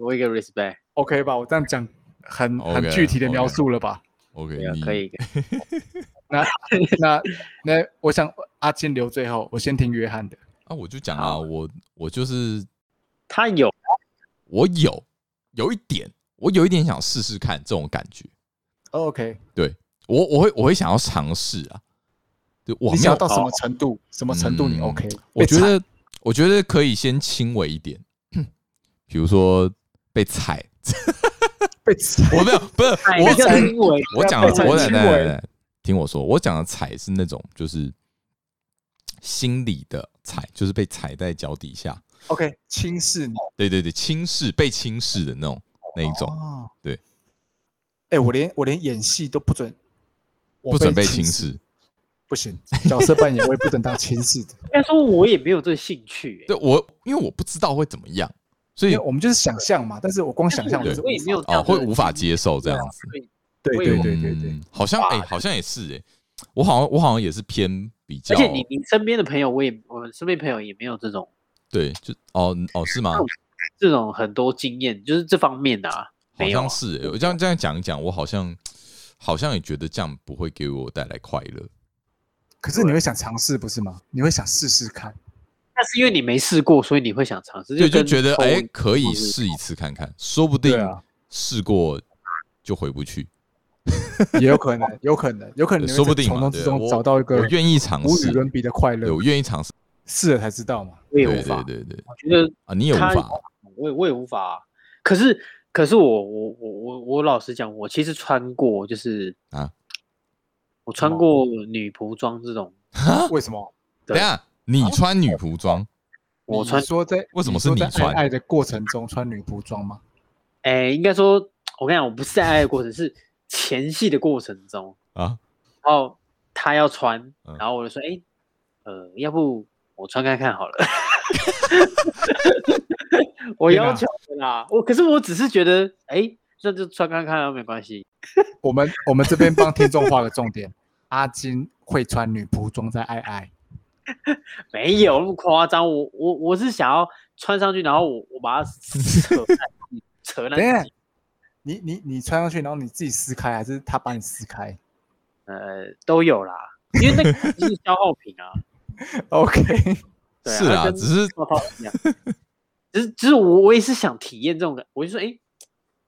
我一个 respect， OK 吧？我这样讲很很 OK，具体的 OK 描述了吧？ OK，对啊你可以，那 那那，我想阿金留最后，我先听约翰的。啊，我就讲啊，好我我就是他有 我有有一点，我有一点想试试看这种感觉，哦 OK，我我会我会想要尝试啊。对，我你没想有要，到什么程度？什么程度你嗯 OK？我被觉踩得我觉得可以先轻微一点， 比如说被踩， 被踩我没有，不是踩我一个踩哎英文，我讲被的，踩我轻来来来微来，听我说，我讲的踩是那种就是心理的踩，就是被踩在脚底下， OK，轻视你对对对，轻视被轻视的那种那一种，哦。对，哎，我连我连演戏都不准，我不准被轻轻视，。不行，角色扮演我也不准当轻 视的，应该说我也没有这个兴趣、欸对，我，因为我不知道会怎么样，所因以为我们就是想象嘛。但是我光想象我但就是是我也没有这啊样的会无法接受这样子。所以对我以对为对对对，嗯好像哎、好像也是哎、我好像我好像也是偏比较而，且你你身边的朋友，我也我身边朋友也没有这种对，就哦哦是吗？这种很多经验，就是这方面的啊，好没有啊像是、欸，我这样这样讲一讲，我好像好像也觉得这样不会给我带来快乐。可是你会想尝试不是吗？你会想试试 看，但是因为你没试过，所以你会想尝试，对，就跟觉得抽哎、可以或是试一次看看，说不定对啊试过就回不去，也有可能，有可能，有可能对你说不会在定从嘛中之对啊中我找到一个我愿意尝无与试，伦比的快对，乐，我愿意尝试，试了才知道嘛。我也对无对法，对对我觉得啊，你也无他法，我也我也无法啊、可是可是我我我我我老实讲，我其实穿过就是啊，我穿过女仆装这种， 为什么？等一下你穿女仆装，我穿你说在为什么是你说在穿爱爱的过程中穿女仆装吗？哎，应该说我跟你讲，我不是在爱的过程，是前戏的过程中，啊，然后他要穿嗯，然后我就说，哎，呃，要不我穿看看好了。我天哪要求的啦，我可是我只是觉得，哎，那就穿看看啊，没关系。我们我们这边帮听众画个重点， 阿金会穿女仆装在爱爱，没有那么夸张，我我我是想要穿上去，然后我我把它扯烂扯等一烂下，你你你穿上去，然后你自己撕开，还是他把你撕开呃，都有啦，因为那个是消耗品啊， ？OK，对是啊，啊，跟只是消耗一样。 只是只是我我也是想体验这种感，我就说，哎，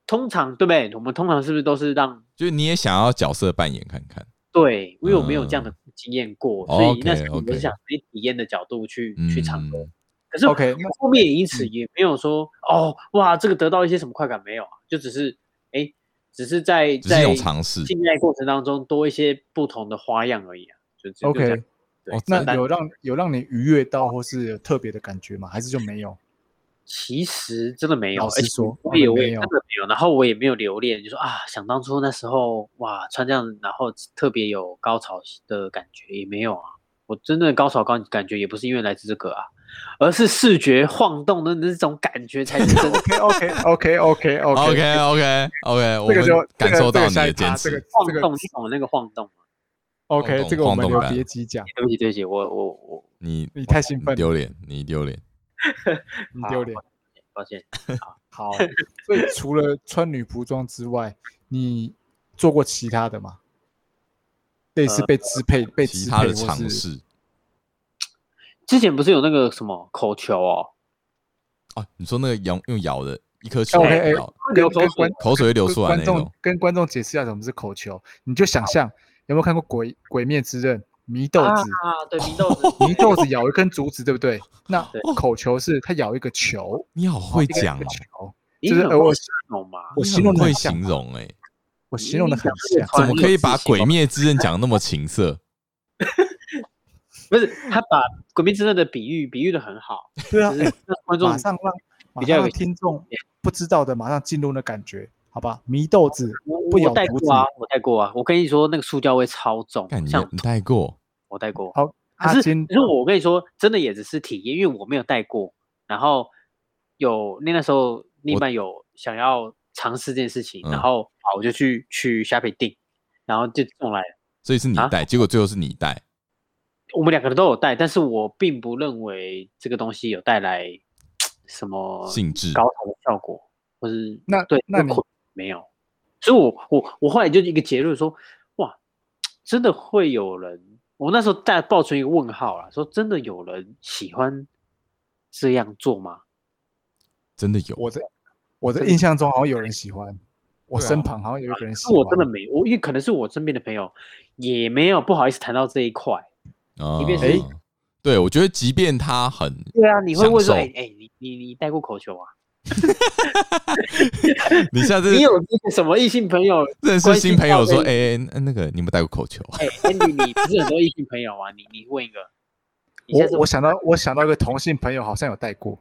通常对不对？我们通常是不是都是让就是你也想要角色扮演看看，对，因为我没有这嗯样的经验过，所以那时候我 OK，OK 是想以体验的角度去、嗯，去唱歌。可是 OK，那后面也因此也没有说、哦哇，这个得到一些什么快感没有啊，就只是哎、只是在只是一在种尝试性爱过程当中多一些不同的花样而已啊，就只 OK 就这样对哦，那但有让有让你愉悦到或是有特别的感觉吗？还是就没有？其实真的没有，老实而且说我也哦我也没有真的没有，然后我也没有留恋，就说啊，想当初那时候哇穿这样，然后特别有高潮的感觉也没有啊，我真的高潮感感觉也不是因为来自这个啊，而是视觉晃动的那种感觉才是 真的 OK OK OK OK OK OK OK，我这个就们感受到你的坚这个持，晃这个动，你懂那个晃动吗？晃 OK，动这个我们晃留动感别集讲，对不起，对不起，我我我你你太兴你奋了，丢脸，你丢脸，你丢脸。抱歉，好，所以除了穿女仆装之外，你做过其他的吗？类似被支配、被呃其支他配的或尝是试之前不是有那个什么口球哦，哦，你说那个咬用咬的一颗球 OK，哎咬，流口跟水观口水会流跟出来那观种众。跟观众解释一下什么是口球，你就想象有没有看过鬼《鬼灭之刃》祢豆啊子？，对，祢豆子， 祢豆子咬一根竹子，对不对？那对口球是它咬一个球，你好会一个讲一哦个，球。你就是很呃我会形容嘛，我你形容很的会很像形吧，容哎，我形容的很你像讲。哇怎么可以你把有《自信鬼哦灭之刃》讲得那么情色？不是他把《鬼灭之刃》的比喻比喻的很好，对啊只，是让观众马上让马比较上有让个听众点不知道的，马上进入那感觉，好吧？祢豆子我不我咬带竹过啊子，我带过啊，我跟你说那个塑胶味超重感，觉像你带过，我带过，好，阿可是金可是我跟你说，真的也只是体验，因为我没有带过，然后有那那时候另一半有想要尝试这件事情，嗯然后啊我就去去虾皮订，然后就送来了。所以是你啊带，结果最后是你带，我们两个人都有带，但是我并不认为这个东西有带来什么性质高潮的效果，或是那对那就你困没有。所以我，我我后来就一个结论说，哇，真的会有人，我那时候带抱存一个问号啦，说真的有人喜欢这样做吗？真的有，我的我的印象中好像有人喜欢，我对啊身旁好像有一个人喜是欢，啊我真的没，我因为可能是我身边的朋友也没有不好意思谈到这一块。啊即便是哎，对我觉得即便他很对啊，你会问说，享受哎哎、你你你带过口球啊？你下次你有这个什么异性朋友认识新朋友说，关哎、哎那个你有没有带过口球？啊哎、a n d y 你不是很多异性朋友啊？你你问一个，你下次我我想到我想到一个同性朋友好像有带过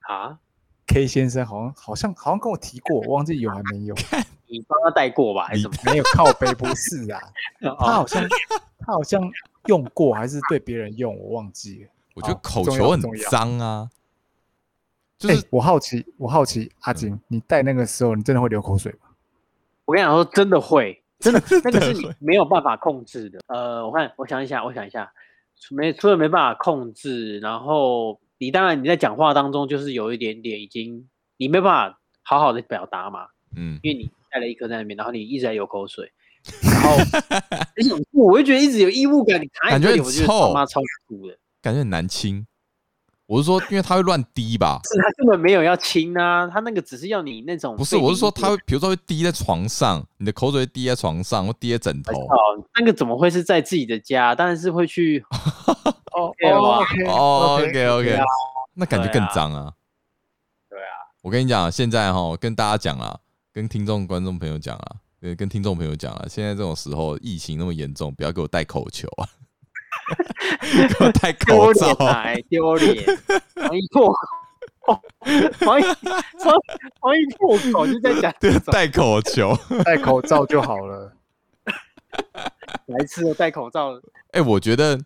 啊， K 先生，好像好像好像跟我提过，我忘记有还 没有，你帮他带过吧，还是什没有靠背不是啊，么？他哦好像他好像用过还是对别人用，我忘记了。我觉得好口重球要很重要脏啊，就哎是、，我好嗯奇，我好奇阿金，你带那个时候你真的会流口水吗？我跟你讲说，真的会，真的，那个是你没有办法控制的。呃，我看，我想一下，我想一下，除没除了没办法控制，然后你当然你在讲话当中就是有一点点已经你没办法好好的表达嘛，嗯，因为你带了一颗在那边，然后你一直在流口水，然后而且我就觉得一直有异物感，你卡在感觉这里，很我觉得臭他妈超酷的，感觉很难清。我是说，因为它会乱滴吧？是他根本没有要亲啊，他那个只是要你那种不是，被我是说凝固它会，比如说会滴在床上，你的口水会滴在床上，或滴在枕头。哦，那个怎么会是在自己的家？当然是会去 哦对吧哦，OK OK，对啊那感觉对更啊脏啊！对啊，我跟你讲，现在哈，跟大家讲啊，跟听众、观众朋友讲啊，呃，跟听众朋友讲啊，现在这种时候疫情那么严重，不要给我戴口球啊， 给我戴丢口罩脸啊、来丢脸，防疫破口，防疫防防疫破口就 在讲这种戴口球。戴口罩就好了。白痴的戴口罩，哎、我觉得，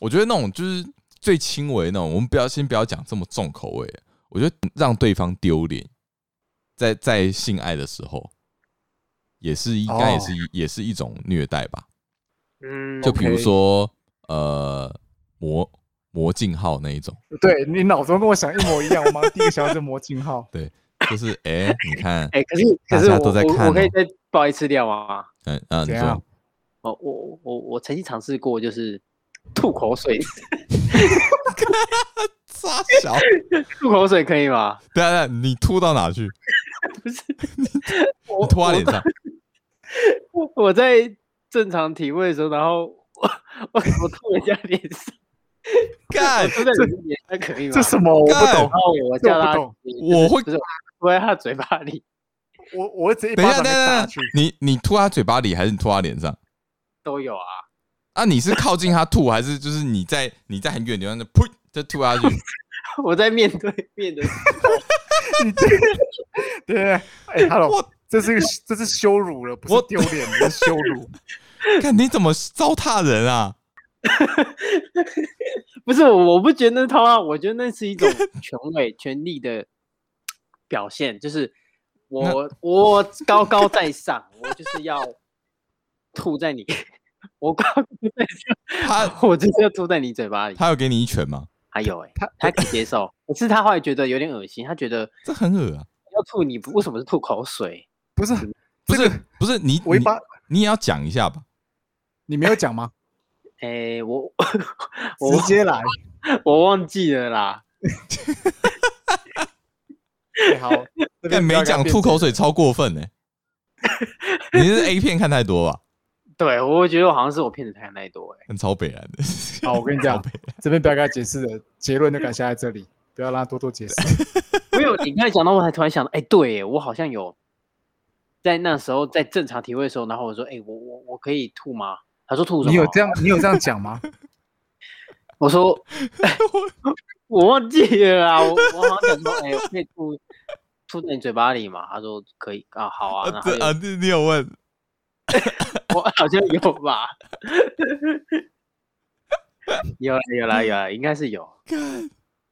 我觉得那种就是最轻微的那种，我们不要先不要讲这么重口味，我觉得让对方丢脸，在在性爱的时候，也是应该也哦是一、也是一种虐待吧。嗯，就比如 OK 说呃魔魔镜号那一种，对你脑中跟我想一模一样，我马上第一个想到是魔镜号。 就是哎、你看，哎、可是可大是家我都在看我我可以哦再爆一次料吗？嗯嗯，你怎说样哦，我我我曾经尝试过，就是吐口水，傻小，吐口水可以吗？对啊，对啊你吐到哪去？我你吐啊到脸上，我 我在正常体位的时候，然后我我我吐人家脸 上， 干我，吐在人家脸上可以吗？这什么？我不干懂然。后我这叫我不他懂就是，我 会就是吐在他嘴巴里我我会直接一等一巴下，掌等给一下，打等去一下。你你吐他嘴巴里，还是你吐他脸上？都有啊。啊，你是靠近他吐，还是就是你在你在很远的地方就噗就吐下去？ 我在面对面的时候，你这，对对，哎，Hello，我这是一个这是羞辱了，不我是丢脸，这是羞辱。看你怎么糟蹋人啊！不是我，我不觉得那是套啊，我觉得那是一 种权威、权力的表现，就是我我高高在上，我就是要吐在你，我高高在 他上，我就是要吐在你嘴巴里。他有给你一拳吗？还有哎、欸，他他可以接受，可是他后来觉得有点恶心，他觉得这很恶啊！要吐你为什么是吐口水？不是不这个是不是你我一你巴，你也要讲一下吧？你没有讲吗？哎、我 我直接来。我忘记了啦。哎好，这边但不没要给他讲辩吐口解水超过分呢、欸 你是 A 片看太多吧？对，我觉得我好像是我骗子太太多哎、很超北然的。 好，我跟你讲，这边不要跟他解释了，结论就敢下在这里，不要让他多做解释。没有，你刚才讲到，我才突然想到，哎、对耶，我好像有在那时候在正常体位的时候，然后我说，哎、我我我可以吐吗？他说吐什么？你有这？样，你有这样讲吗？我说，我忘记了啦，我我好像想说，哎、我可以吐吐在你嘴巴里嘛？他说可以啊，好呃啊，然后这啊，就你你有问？我好像有 吧？ 有啦有啦有啦，应该是有，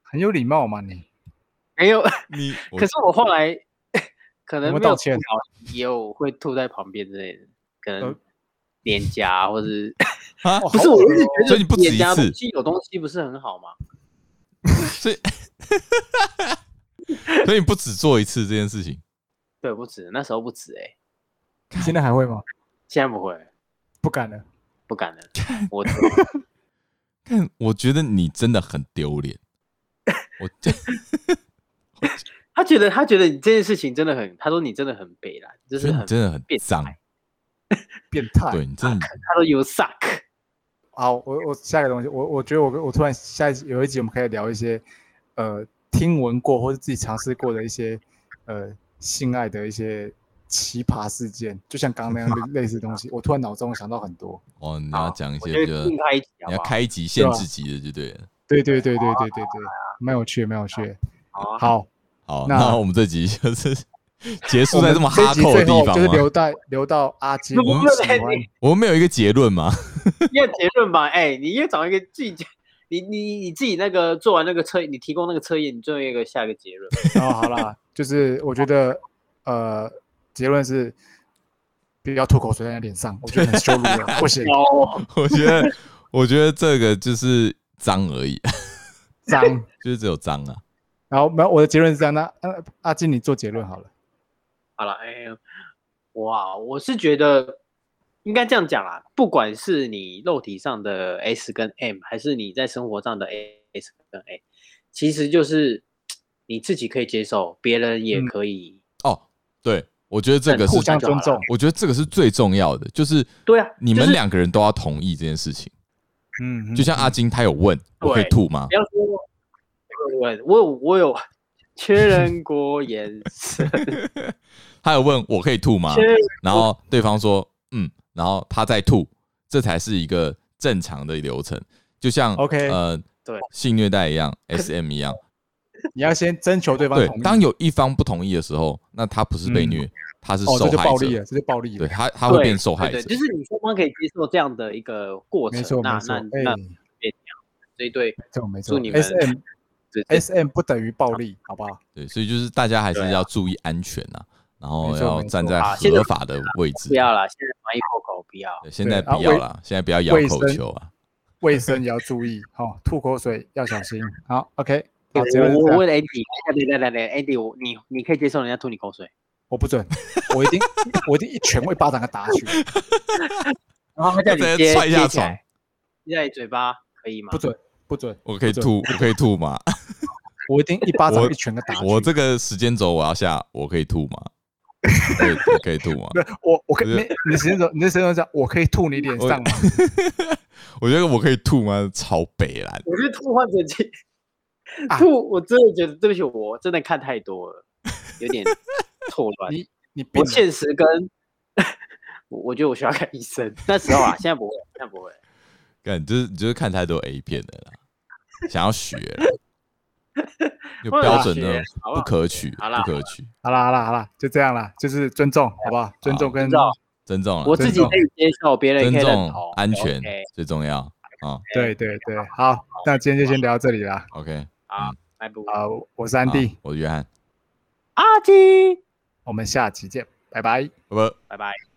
很有礼貌嘛你？没有。你我可是我后来可能有没有没道有歉吐好，也有会吐在旁边之类的，可能呃，脸颊啊或者是啊 不是，我一直哦所以觉你得不止脸一颊次东西有东西不是很好吗？所以所以你不只做一次这件事情，对，不止那时候不止哎、你现在还会吗？现在不会，不敢了。不敢了。我但我觉得你真的很丢 脸。我他觉得他觉得你这件事情真的很，他说你真的很北啦，就就是是你很真的很变脏，态变态。对你真的他说 you suck，好，我我下一个东西，我我觉得我我突然下一集有一集我们可以聊一些，呃，听闻过或者自己尝试过的一些，呃，性爱的一些奇葩事件，就像刚 刚那样类类似的东西，我突然脑中想到很多。哦，你要讲一我些觉就得是另开一集啊你好不要好？开一集限制级的就对了。对对对对对对对，蛮有趣的，蛮有趣的。好 啊，好，好，那那我们这集就是 结束我在们这么这哈集扣的最地后方就是吗？留待留到阿金，不不我们不喜哎欢你我们没有一个结论吗？要结论吧？哎、你要找一个自己讲，你你你自己那个做完那个测，你提供那个测验，你最后一个下一个结论。然后好啦，就是我觉得，呃，结论是，不不要吐口水在人家脸上，我觉得很羞辱 人，不行，哦， 我觉得，我觉得这个就是脏而已，脏。就是只有脏啊。然后没有我的结论是这样，那呃阿金你做结论好了。好了，哎、哇，我是觉得应该这样讲啦，不管是你肉体上的 S 跟 M，还是你在生活上的 S 跟 A，其实就是你自己可以接受，别人也嗯可以。哦，对，我觉得这个是互互相相就好尊了重，我觉得这个是最重要的，就是对啊你就是们两个人都要同意这件事情。嗯，就像阿金，他有问我可以嗯对吐吗不？要说我我有我有缺人国眼神，他有问我可以吐吗缺？人然后对方说嗯，然后他再吐，这才是一个正常的流程。就像 OK 呃，对性虐待一样，SM 一样，你要先征求对方对同意。，当有一方不同意的时候，那他不是被嗯虐，他是哦，受这就害暴者，力了，这就暴力对了，他他会对变受害对者对，。就是你双方可以接受这样的一个过程没错，那没那错，哎，那这一对这种没祝错你们，S M 这这 S M 不等于暴力，好不好？对，所以就是大家还是对啊要注意安全啊，然后没错要没错站在啊现在合法的位置。不要啦，现在翻译破口不要。对，现在对啊不要卫啦，现在不要咬卫口生球啊。卫生也要注意，好，吐口水要小心。好，OK，好，结论是我这我样问 Andy，来哎来来来来，Andy，我你你可以接受人家吐你口水，我不准，我一定，我一定一拳会巴掌给他打下去，然后他叫你再接踹一下接起床来，接在你嘴巴可以吗不？准，不准，我可以不准吐，我可以吐吗？ 我一定一巴掌我一拳给他打下 去。我这个时间轴我要下，我可以吐吗？对，我可以吐 吗？不是我，我可不是你你时间轴，你的时间轴讲，我可以吐你脸我上吗？我觉得我可以吐吗？超北蓝，我是吐换成气啊吐，我真的觉得对不起，我真的看太多了，有点错乱。你你病我了，现实跟 我我觉得我需要看医生，那时候啊，现在不会，现在不会。干，就是你就是看太多 A 片的啦，想要学啦，有我有标准学的好不不好可取，好啦不可取，好啦好啦好啦，就这样啦，就是尊重，好不好？尊重跟知道，尊重啦，我自己尊重可以接受，别人也尊可以认重同。安全 OK，最重要啊。对对对，好，那今天就先聊到这里啦。 OK，好，拜拜。啊，我是安好迪，我是约翰，阿基，我们下期见，拜拜。不。拜拜。